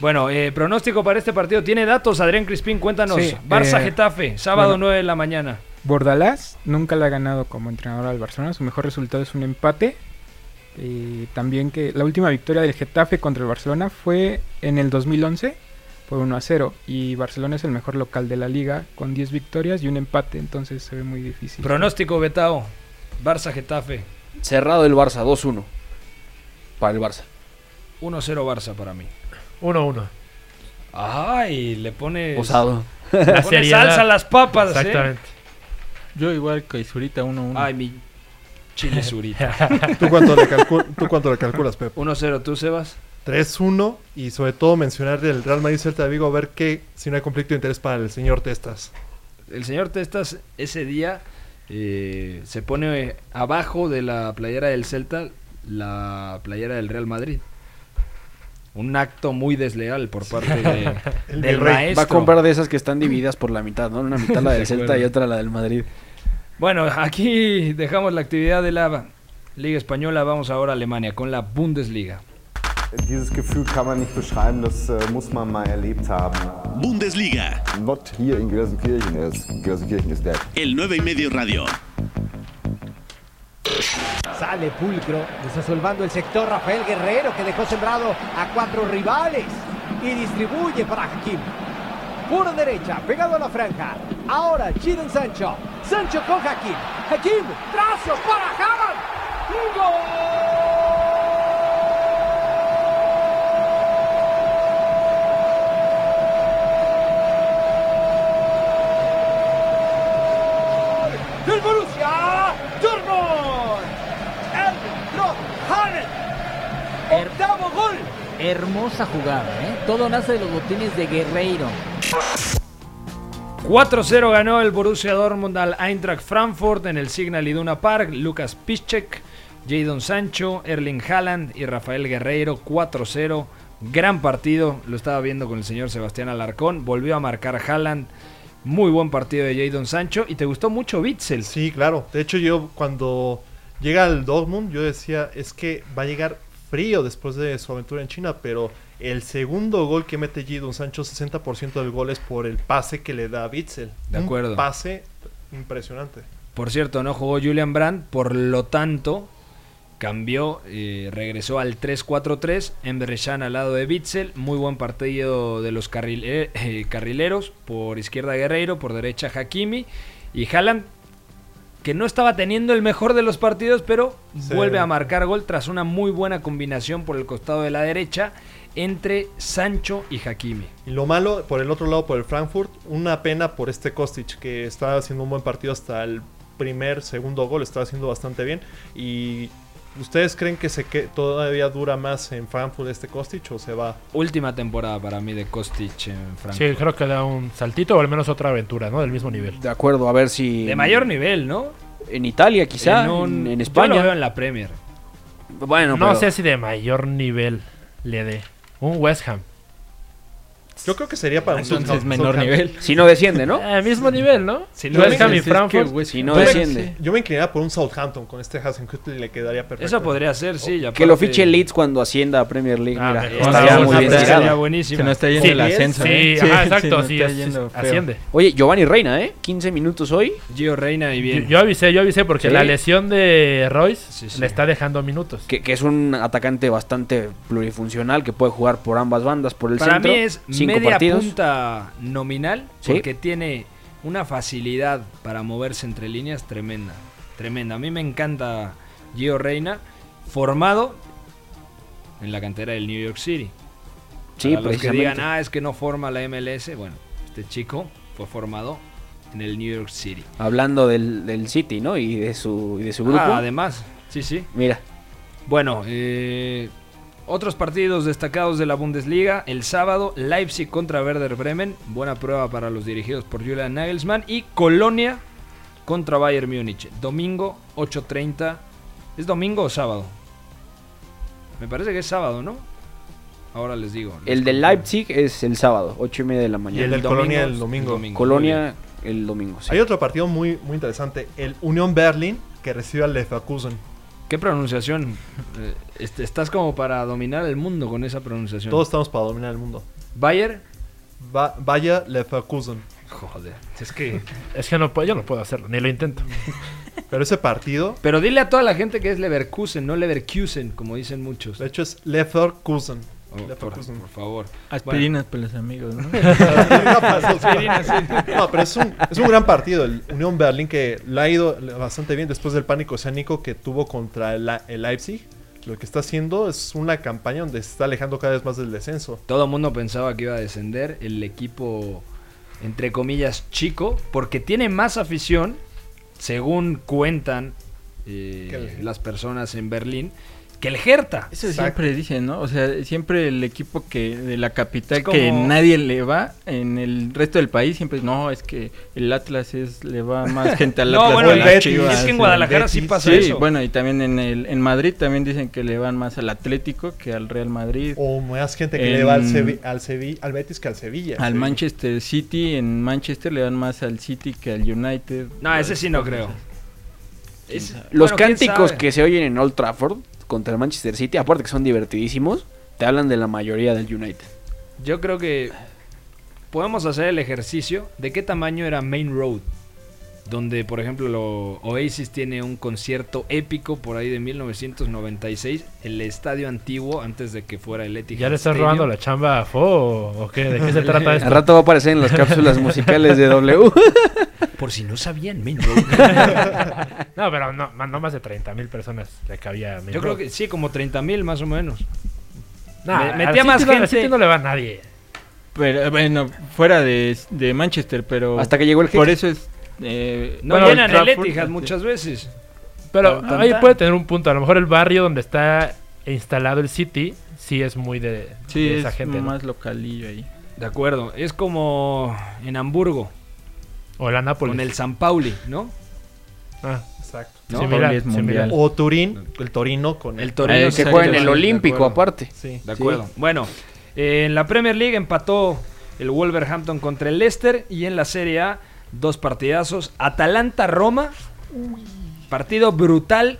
[SPEAKER 1] Bueno, eh, pronóstico para este partido. Tiene datos, Adrián Crispín, cuéntanos.
[SPEAKER 7] Sí,
[SPEAKER 1] Barça
[SPEAKER 7] eh,
[SPEAKER 1] Getafe, sábado
[SPEAKER 7] bueno.
[SPEAKER 1] 9 de la mañana.
[SPEAKER 7] Bordalás nunca le ha ganado como entrenador al Barcelona. Su mejor resultado es un empate. Y también que la última victoria del Getafe contra el Barcelona fue en el 2011 por 1 a 0. Y Barcelona es el mejor local de la liga con 10 victorias y un empate. Entonces se ve muy difícil.
[SPEAKER 1] Pronóstico Betao. Barça Getafe.
[SPEAKER 5] Cerrado el Barça, 2-1 para el Barça.
[SPEAKER 1] 1-0 Barça para mí.
[SPEAKER 4] 1-1.
[SPEAKER 1] Ay, le pones,
[SPEAKER 5] Osado.
[SPEAKER 1] le
[SPEAKER 4] La
[SPEAKER 1] pones
[SPEAKER 4] seriedad.
[SPEAKER 1] salsa a las papas. ¿eh?
[SPEAKER 4] Exactamente.
[SPEAKER 6] Yo igual que Zurita 1-1.
[SPEAKER 1] Ay, mi chile surita.
[SPEAKER 8] ¿Tú cuánto le, calcu- ¿tú cuánto le calculas, Pep?
[SPEAKER 1] 1-0 tú, Sebas.
[SPEAKER 8] 3-1 y sobre todo mencionar del Real Madrid Celta de Vigo a ver que si no hay conflicto de interés para el señor Testas.
[SPEAKER 1] El señor Testas ese día eh, se pone eh, abajo de la playera del Celta la playera del Real Madrid. Un acto muy desleal por parte de-
[SPEAKER 8] El
[SPEAKER 1] del
[SPEAKER 8] virrey.
[SPEAKER 1] maestro.
[SPEAKER 5] Va a comprar de esas que están divididas por la mitad, ¿no? Una mitad la del Celta y otra la del Madrid.
[SPEAKER 1] Bueno, aquí dejamos la actividad de la Liga Española. Vamos ahora a Alemania con la Bundesliga.
[SPEAKER 11] Dieses Gefühl kann man nicht beschreiben, das äh, muss man mal erlebt haben.
[SPEAKER 3] Bundesliga,
[SPEAKER 11] Not here in Gelsenkirchen is. Gelsenkirchen is dead.
[SPEAKER 3] el 9 y medio radio.
[SPEAKER 10] Sale Pulcro, desasolvando el sector Rafael Guerrero, que dejó sembrado a cuatro rivales y distribuye para Hakim. Puro derecha, pegado a la franja. Ahora Chiren Sancho. Sancho con Hakim. Hakim, trazo para Haman. ¡Gol! ¡Del Borussia Dortmund! ¡El Hanen! ¡Octavo gol!
[SPEAKER 12] Hermosa jugada, ¿eh? Todo nace de los botines de Guerreiro.
[SPEAKER 1] 4-0 ganó el Borussia Dortmund al Eintracht Frankfurt en el Signal Iduna Park. Lucas Piszczek, Jadon Sancho, Erling Haaland y Rafael Guerreiro. 4-0. Gran partido. Lo estaba viendo con el señor Sebastián Alarcón. Volvió a marcar Haaland. Muy buen partido de Jadon Sancho. Y te gustó mucho Witzel.
[SPEAKER 8] Sí, claro. De hecho, yo cuando llega al Dortmund, yo decía, es que va a llegar frío después de su aventura en China, pero el segundo gol que mete Gidon Sancho, 60% del gol es por el pase que le da a Witzel.
[SPEAKER 1] De acuerdo.
[SPEAKER 8] Un pase impresionante.
[SPEAKER 1] Por cierto, no jugó Julian Brandt, por lo tanto, cambió, eh, regresó al 3-4-3, Emberrechan al lado de Bitzel, muy buen partido de los carril- eh, eh, carrileros, por izquierda Guerreiro, por derecha Hakimi y Haaland que no estaba teniendo el mejor de los partidos, pero
[SPEAKER 8] Sí.
[SPEAKER 1] vuelve a marcar gol tras una muy buena combinación por el costado de la derecha entre Sancho y Hakimi.
[SPEAKER 8] Y lo malo, por el otro lado, por el Frankfurt, una pena por este Kostic, que está haciendo un buen partido hasta el primer, segundo gol, está haciendo bastante bien. ¿Y ustedes creen que se que todavía dura más en Frankfurt este Kostic o se va?
[SPEAKER 1] Última temporada para mí de Kostic en Francia.
[SPEAKER 4] Sí, creo que da un saltito o al menos otra aventura, ¿no? Del mismo nivel.
[SPEAKER 5] De acuerdo, a ver si.
[SPEAKER 1] De mayor nivel, ¿no?
[SPEAKER 5] En Italia, quizá. En, en España.
[SPEAKER 1] Yo lo veo en la Premier.
[SPEAKER 5] Bueno,
[SPEAKER 4] no
[SPEAKER 5] pero-
[SPEAKER 4] sé si de mayor nivel le dé. Un West Ham.
[SPEAKER 8] Yo creo que sería para un Southampton- Southampton.
[SPEAKER 5] Si no desciende, ¿no?
[SPEAKER 4] Al Eh, mismo nivel, ¿no?
[SPEAKER 8] Yo
[SPEAKER 4] West
[SPEAKER 8] me-
[SPEAKER 4] Ham y Frankfurt.
[SPEAKER 8] Yo
[SPEAKER 1] Pues
[SPEAKER 8] me- Yo me inclinaría por un Southampton con este Hasenhüttl y le quedaría perfecto.
[SPEAKER 1] Eso podría ser, sí. y
[SPEAKER 5] Que lo
[SPEAKER 1] aparte-
[SPEAKER 5] fiche el Leeds cuando ascienda a Premier League.
[SPEAKER 1] Ah,
[SPEAKER 5] mira,
[SPEAKER 1] mejor.
[SPEAKER 5] estaría
[SPEAKER 1] Estaría
[SPEAKER 5] muy bien
[SPEAKER 1] buenísimo.
[SPEAKER 5] tirado.
[SPEAKER 1] Estaría buenísimo. Se nos está yendo Sí, el ascenso, sí, ¿eh? ajá, Sí, exacto, se nos sí, está es- yendo feo. asciende.
[SPEAKER 5] Oye, Giovanni Reina, ¿eh? 15 minutos hoy.
[SPEAKER 1] Gio Reina y
[SPEAKER 4] Yo, yo avisé, yo avisé porque
[SPEAKER 5] Sí.
[SPEAKER 4] la lesión de Royce le está dejando minutos.
[SPEAKER 5] Que, que es un atacante bastante plurifuncional que puede jugar por ambas bandas, por el
[SPEAKER 1] Para
[SPEAKER 5] centro.
[SPEAKER 1] mí es
[SPEAKER 5] cinco
[SPEAKER 1] media
[SPEAKER 5] partidos.
[SPEAKER 1] punta nominal
[SPEAKER 5] Sí.
[SPEAKER 1] porque tiene una facilidad para moverse entre líneas tremenda. Tremenda. A mí me encanta Gio Reina, formado en la cantera del New York City.
[SPEAKER 5] Sí,
[SPEAKER 1] Para los que
[SPEAKER 5] precisamente.
[SPEAKER 1] digan, ah, es que no forma la MLS. Bueno, este chico fue formado en el New York City.
[SPEAKER 5] Hablando del, del City, ¿no? Y de su, y de su grupo.
[SPEAKER 1] Ah, además, sí, sí.
[SPEAKER 5] Mira.
[SPEAKER 1] Bueno, eh, otros partidos destacados de la Bundesliga. El sábado, Leipzig contra Werder Bremen. Buena prueba para los dirigidos por Julian Nagelsmann. Y Colonia contra Bayern Múnich. Domingo, 8.30. ¿Es domingo o sábado? Me parece que es sábado, ¿no? Ahora les digo.
[SPEAKER 5] El del Leipzig es el sábado, 8 y media de la mañana.
[SPEAKER 8] Y el del
[SPEAKER 5] domingo
[SPEAKER 8] Colonia
[SPEAKER 5] es-
[SPEAKER 8] el domingo.
[SPEAKER 5] Colonia el domingo, sí.
[SPEAKER 8] Hay otro partido muy, muy interesante, el Unión Berlin, que recibe al Leverkusen.
[SPEAKER 1] ¿Qué pronunciación? Eh, este, estás como para dominar el mundo con esa pronunciación.
[SPEAKER 8] Todos estamos para dominar el mundo.
[SPEAKER 1] Bayer.
[SPEAKER 8] Ba Bayer Leverkusen.
[SPEAKER 1] Joder, es que...
[SPEAKER 4] Es que no puedo, yo no puedo hacerlo, ni lo intento.
[SPEAKER 8] Pero ese partido,
[SPEAKER 1] Pero dile a toda la gente que es Leverkusen, no Leverkusen, como dicen muchos.
[SPEAKER 8] de hecho, es Leverkusen.
[SPEAKER 1] Oh, por,
[SPEAKER 8] Leverkusen.
[SPEAKER 1] por favor.
[SPEAKER 6] Aspirinas para los amigos, ¿no?
[SPEAKER 8] Aspirina para los-
[SPEAKER 6] Aspirinas, sí.
[SPEAKER 8] No, pero es un, es un gran partido. El Unión Berlín que le ha ido bastante bien después del pánico oceánico que tuvo contra el, el Leipzig. Lo que está haciendo es una campaña donde se está alejando cada vez más del descenso.
[SPEAKER 1] Todo el mundo pensaba que iba a descender el equipo, entre comillas, chico, porque tiene más afición, según cuentan eh,
[SPEAKER 6] Que el-
[SPEAKER 1] las personas en Berlín, que el Hertha.
[SPEAKER 6] Eso siempre dicen, ¿no? O sea, siempre el equipo que de la capital
[SPEAKER 1] Es como-
[SPEAKER 6] que nadie le va en el resto del país siempre no, es que el Atlas es le va más gente al
[SPEAKER 1] No,
[SPEAKER 6] Atlas.
[SPEAKER 1] bueno,
[SPEAKER 6] que a
[SPEAKER 1] el
[SPEAKER 6] las
[SPEAKER 1] Betis.
[SPEAKER 6] Chivas,
[SPEAKER 1] Es que en
[SPEAKER 6] ¿no?
[SPEAKER 1] Guadalajara sí
[SPEAKER 6] Betis.
[SPEAKER 1] pasa eso.
[SPEAKER 6] bueno, y también en el en Madrid también dicen que le van más al Atlético que al Real Madrid.
[SPEAKER 1] Oh,
[SPEAKER 8] O más gente que le
[SPEAKER 6] En-
[SPEAKER 8] va al, Sevi- al, Sevi- al Betis que al Sevilla.
[SPEAKER 6] Al
[SPEAKER 8] Sí.
[SPEAKER 6] Manchester City, en Manchester le van más al City que al United.
[SPEAKER 1] No, ese sí no creo.
[SPEAKER 5] Los cánticos que se oyen en Old Trafford contra el Manchester City, aparte que son divertidísimos, te hablan de la mayoría del United.
[SPEAKER 1] Yo creo que podemos hacer el ejercicio de qué tamaño era Main Road. Donde, por ejemplo, lo- Oasis tiene un concierto épico por ahí de 1996, el estadio antiguo antes de que fuera el Etihad.
[SPEAKER 4] ¿Ya le estás
[SPEAKER 1] Stadium.
[SPEAKER 4] robando la chamba a Fo o qué? ¿De qué se trata esto?
[SPEAKER 5] Al rato va a aparecer en las cápsulas musicales de W.
[SPEAKER 1] Por si no sabían, Main
[SPEAKER 4] no, pero no, ma- no más de 30 mil personas le cabía a Main
[SPEAKER 1] Yo creo
[SPEAKER 4] Road.
[SPEAKER 1] que sí, como 30 mil más o menos.
[SPEAKER 4] Nah,
[SPEAKER 1] Me- metía
[SPEAKER 4] al
[SPEAKER 1] más
[SPEAKER 4] City no- al
[SPEAKER 1] gente.
[SPEAKER 4] City no le va a nadie.
[SPEAKER 6] Pero bueno, fuera de, de Manchester, pero
[SPEAKER 5] Hasta que llegó el
[SPEAKER 6] Por
[SPEAKER 5] jeque.
[SPEAKER 6] eso es eh,
[SPEAKER 1] No
[SPEAKER 6] bueno,
[SPEAKER 1] llenan el
[SPEAKER 6] Trafford,
[SPEAKER 1] Etihad
[SPEAKER 6] este,
[SPEAKER 1] muchas veces.
[SPEAKER 4] Pero
[SPEAKER 1] Tan, tan,
[SPEAKER 4] ahí
[SPEAKER 1] tan.
[SPEAKER 4] puede tener un punto. A lo mejor el barrio donde está instalado el City sí es muy de,
[SPEAKER 6] Sí,
[SPEAKER 4] de
[SPEAKER 6] es
[SPEAKER 4] esa gente. ¿no?
[SPEAKER 6] más localillo ahí.
[SPEAKER 1] De acuerdo, es como en Hamburgo.
[SPEAKER 4] O la Nápoles.
[SPEAKER 1] Con el San Pauli, ¿no?
[SPEAKER 4] Ah,
[SPEAKER 8] exacto.
[SPEAKER 1] ¿No?
[SPEAKER 4] Similar,
[SPEAKER 1] Pauli es
[SPEAKER 4] similar.
[SPEAKER 1] mundial.
[SPEAKER 8] O Turín, el Torino con
[SPEAKER 1] El Torino
[SPEAKER 5] Eh, que
[SPEAKER 1] exacto,
[SPEAKER 5] juega en el
[SPEAKER 1] sí, de
[SPEAKER 5] Olímpico,
[SPEAKER 1] acuerdo.
[SPEAKER 5] aparte.
[SPEAKER 8] Sí.
[SPEAKER 1] De acuerdo. Bueno, eh, en la Premier League empató el Wolverhampton contra el Leicester y en la Serie A dos partidazos. Atalanta-Roma. Partido brutal.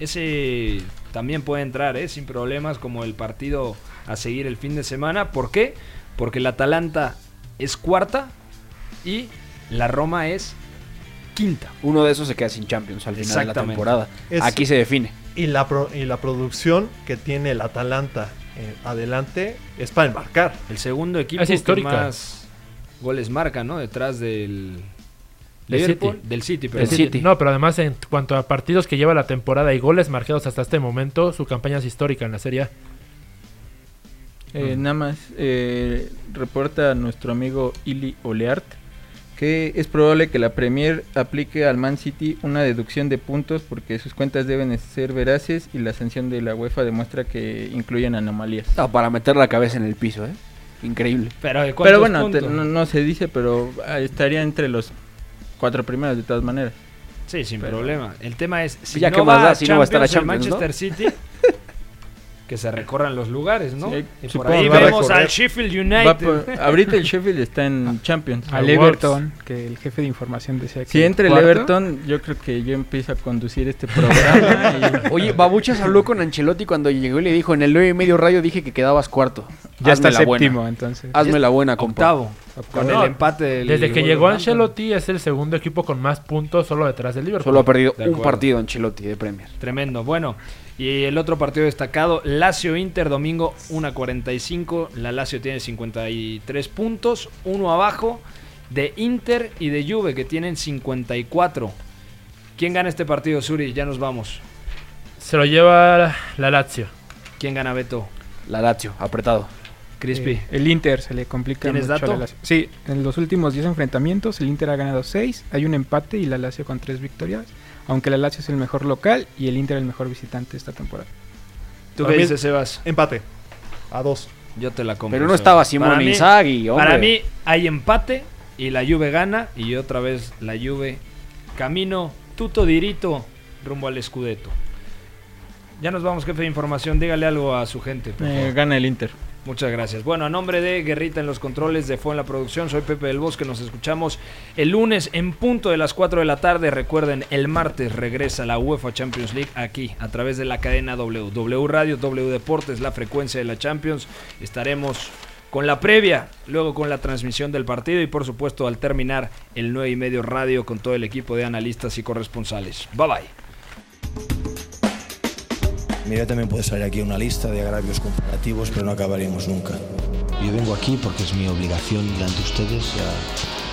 [SPEAKER 1] Ese también puede entrar, ¿eh? sin problemas, como el partido a seguir el fin de semana. ¿Por qué? Porque el Atalanta es cuarta y la Roma es quinta.
[SPEAKER 5] Uno de esos se queda sin Champions al final de la
[SPEAKER 1] Exactamente.
[SPEAKER 5] temporada.
[SPEAKER 1] Es-
[SPEAKER 5] Aquí se define.
[SPEAKER 8] y la, pro- y la producción que tiene el Atalanta eh, adelante es para embarcar.
[SPEAKER 1] El segundo equipo
[SPEAKER 8] Es
[SPEAKER 1] que
[SPEAKER 8] histórica.
[SPEAKER 1] más goles marca, ¿no? Detrás del
[SPEAKER 4] Del
[SPEAKER 1] Liverpool,
[SPEAKER 4] City.
[SPEAKER 1] del City,
[SPEAKER 4] Del
[SPEAKER 1] perdón.
[SPEAKER 4] City. No, pero además en cuanto a partidos que lleva la temporada y goles marcados hasta este momento, su campaña es histórica en la Serie A.
[SPEAKER 6] Eh, Nada más eh, reporta nuestro amigo Ili Oleart que es probable que la Premier aplique al Man City una deducción de puntos porque sus cuentas deben ser veraces y la sanción de la UEFA demuestra que incluyen anomalías.
[SPEAKER 5] No, para meter la cabeza en el piso, ¿eh? Increíble.
[SPEAKER 6] Pero bueno, te- no, no se dice, pero ah, estaría entre los cuatro primeros de todas maneras.
[SPEAKER 1] Sí, sin problema. El tema es si
[SPEAKER 5] Ya
[SPEAKER 1] no
[SPEAKER 5] que
[SPEAKER 1] va
[SPEAKER 5] más da,
[SPEAKER 1] a
[SPEAKER 5] si no va a estar a
[SPEAKER 1] Champions, el
[SPEAKER 5] Champions,
[SPEAKER 1] Manchester City que se recorran los lugares, ¿no?
[SPEAKER 6] Sí,
[SPEAKER 1] y por
[SPEAKER 6] supongo
[SPEAKER 1] ahí
[SPEAKER 6] que va a
[SPEAKER 1] vemos
[SPEAKER 6] recorrer.
[SPEAKER 1] al Sheffield
[SPEAKER 6] Va
[SPEAKER 1] United.
[SPEAKER 6] por- ahorita el Sheffield está en Champions.
[SPEAKER 7] Al Everton, que el jefe de información decía que.
[SPEAKER 6] Si entra el
[SPEAKER 7] cuarto.
[SPEAKER 6] Everton, yo creo que yo empiezo a conducir este programa. y-
[SPEAKER 5] Oye, Babuchas habló con Ancelotti cuando llegó y le dijo, en el 9 y medio radio dije que quedabas cuarto.
[SPEAKER 7] Ya está
[SPEAKER 5] la buena.
[SPEAKER 7] séptimo, entonces.
[SPEAKER 5] Hazme la buena, compa.
[SPEAKER 1] Con
[SPEAKER 4] No,
[SPEAKER 1] el empate del
[SPEAKER 4] Desde que
[SPEAKER 1] Wolverhampton.
[SPEAKER 4] llegó Ancelotti es el segundo equipo con más puntos solo detrás del Liverpool.
[SPEAKER 5] Solo ha perdido
[SPEAKER 1] De
[SPEAKER 5] un
[SPEAKER 1] acuerdo.
[SPEAKER 5] partido Ancelotti de Premier.
[SPEAKER 1] Tremendo. Bueno, y el otro partido destacado, Lazio Inter domingo 1.45. La Lazio tiene 53 puntos, uno abajo de Inter y de Juve que tienen 54. ¿Quién gana este partido, Suri? Ya nos vamos.
[SPEAKER 4] Se lo lleva la Lazio.
[SPEAKER 1] ¿Quién gana Beto?
[SPEAKER 5] La Lazio, apretado.
[SPEAKER 1] Crispy.
[SPEAKER 7] Eh, el Inter se le complica
[SPEAKER 1] ¿Tienes
[SPEAKER 7] mucho a la
[SPEAKER 1] dato?
[SPEAKER 7] Lazio. Sí, en los últimos 10 enfrentamientos el Inter ha ganado 6, hay un empate y la Lazio con 3 victorias, aunque la Lazio es el mejor local y el Inter el mejor visitante esta temporada.
[SPEAKER 1] ¿Tú
[SPEAKER 8] Para
[SPEAKER 1] qué
[SPEAKER 8] mí-
[SPEAKER 1] dices, Sebas?
[SPEAKER 8] Empate. A dos.
[SPEAKER 1] Yo te la compro.
[SPEAKER 5] Pero no
[SPEAKER 1] Sebas.
[SPEAKER 5] estaba Simone
[SPEAKER 1] Para mí-
[SPEAKER 5] Inzaghi, hombre.
[SPEAKER 1] Para mí hay empate y la Juve gana y otra vez la Juve camino tuto dirito rumbo al Scudetto. Ya nos vamos, jefe de información. Dígale algo a su gente. por favor.
[SPEAKER 6] Eh, gana el Inter.
[SPEAKER 1] Muchas gracias. Bueno, a nombre de Guerrita en los controles, de Fue en la producción, soy Pepe del Bosque. Nos escuchamos el lunes en punto de las 4 de la tarde. Recuerden, el martes regresa la UEFA Champions League aquí a través de la cadena W. W Radio, W Deportes, la frecuencia de la Champions. Estaremos con la previa, luego con la transmisión del partido y por supuesto al terminar el 9 y medio radio con todo el equipo de analistas y corresponsales. Bye bye.
[SPEAKER 13] Mira, también puede salir aquí una lista de agravios comparativos, pero no acabaríamos nunca. Yo vengo aquí porque es mi obligación ir ante ustedes. ya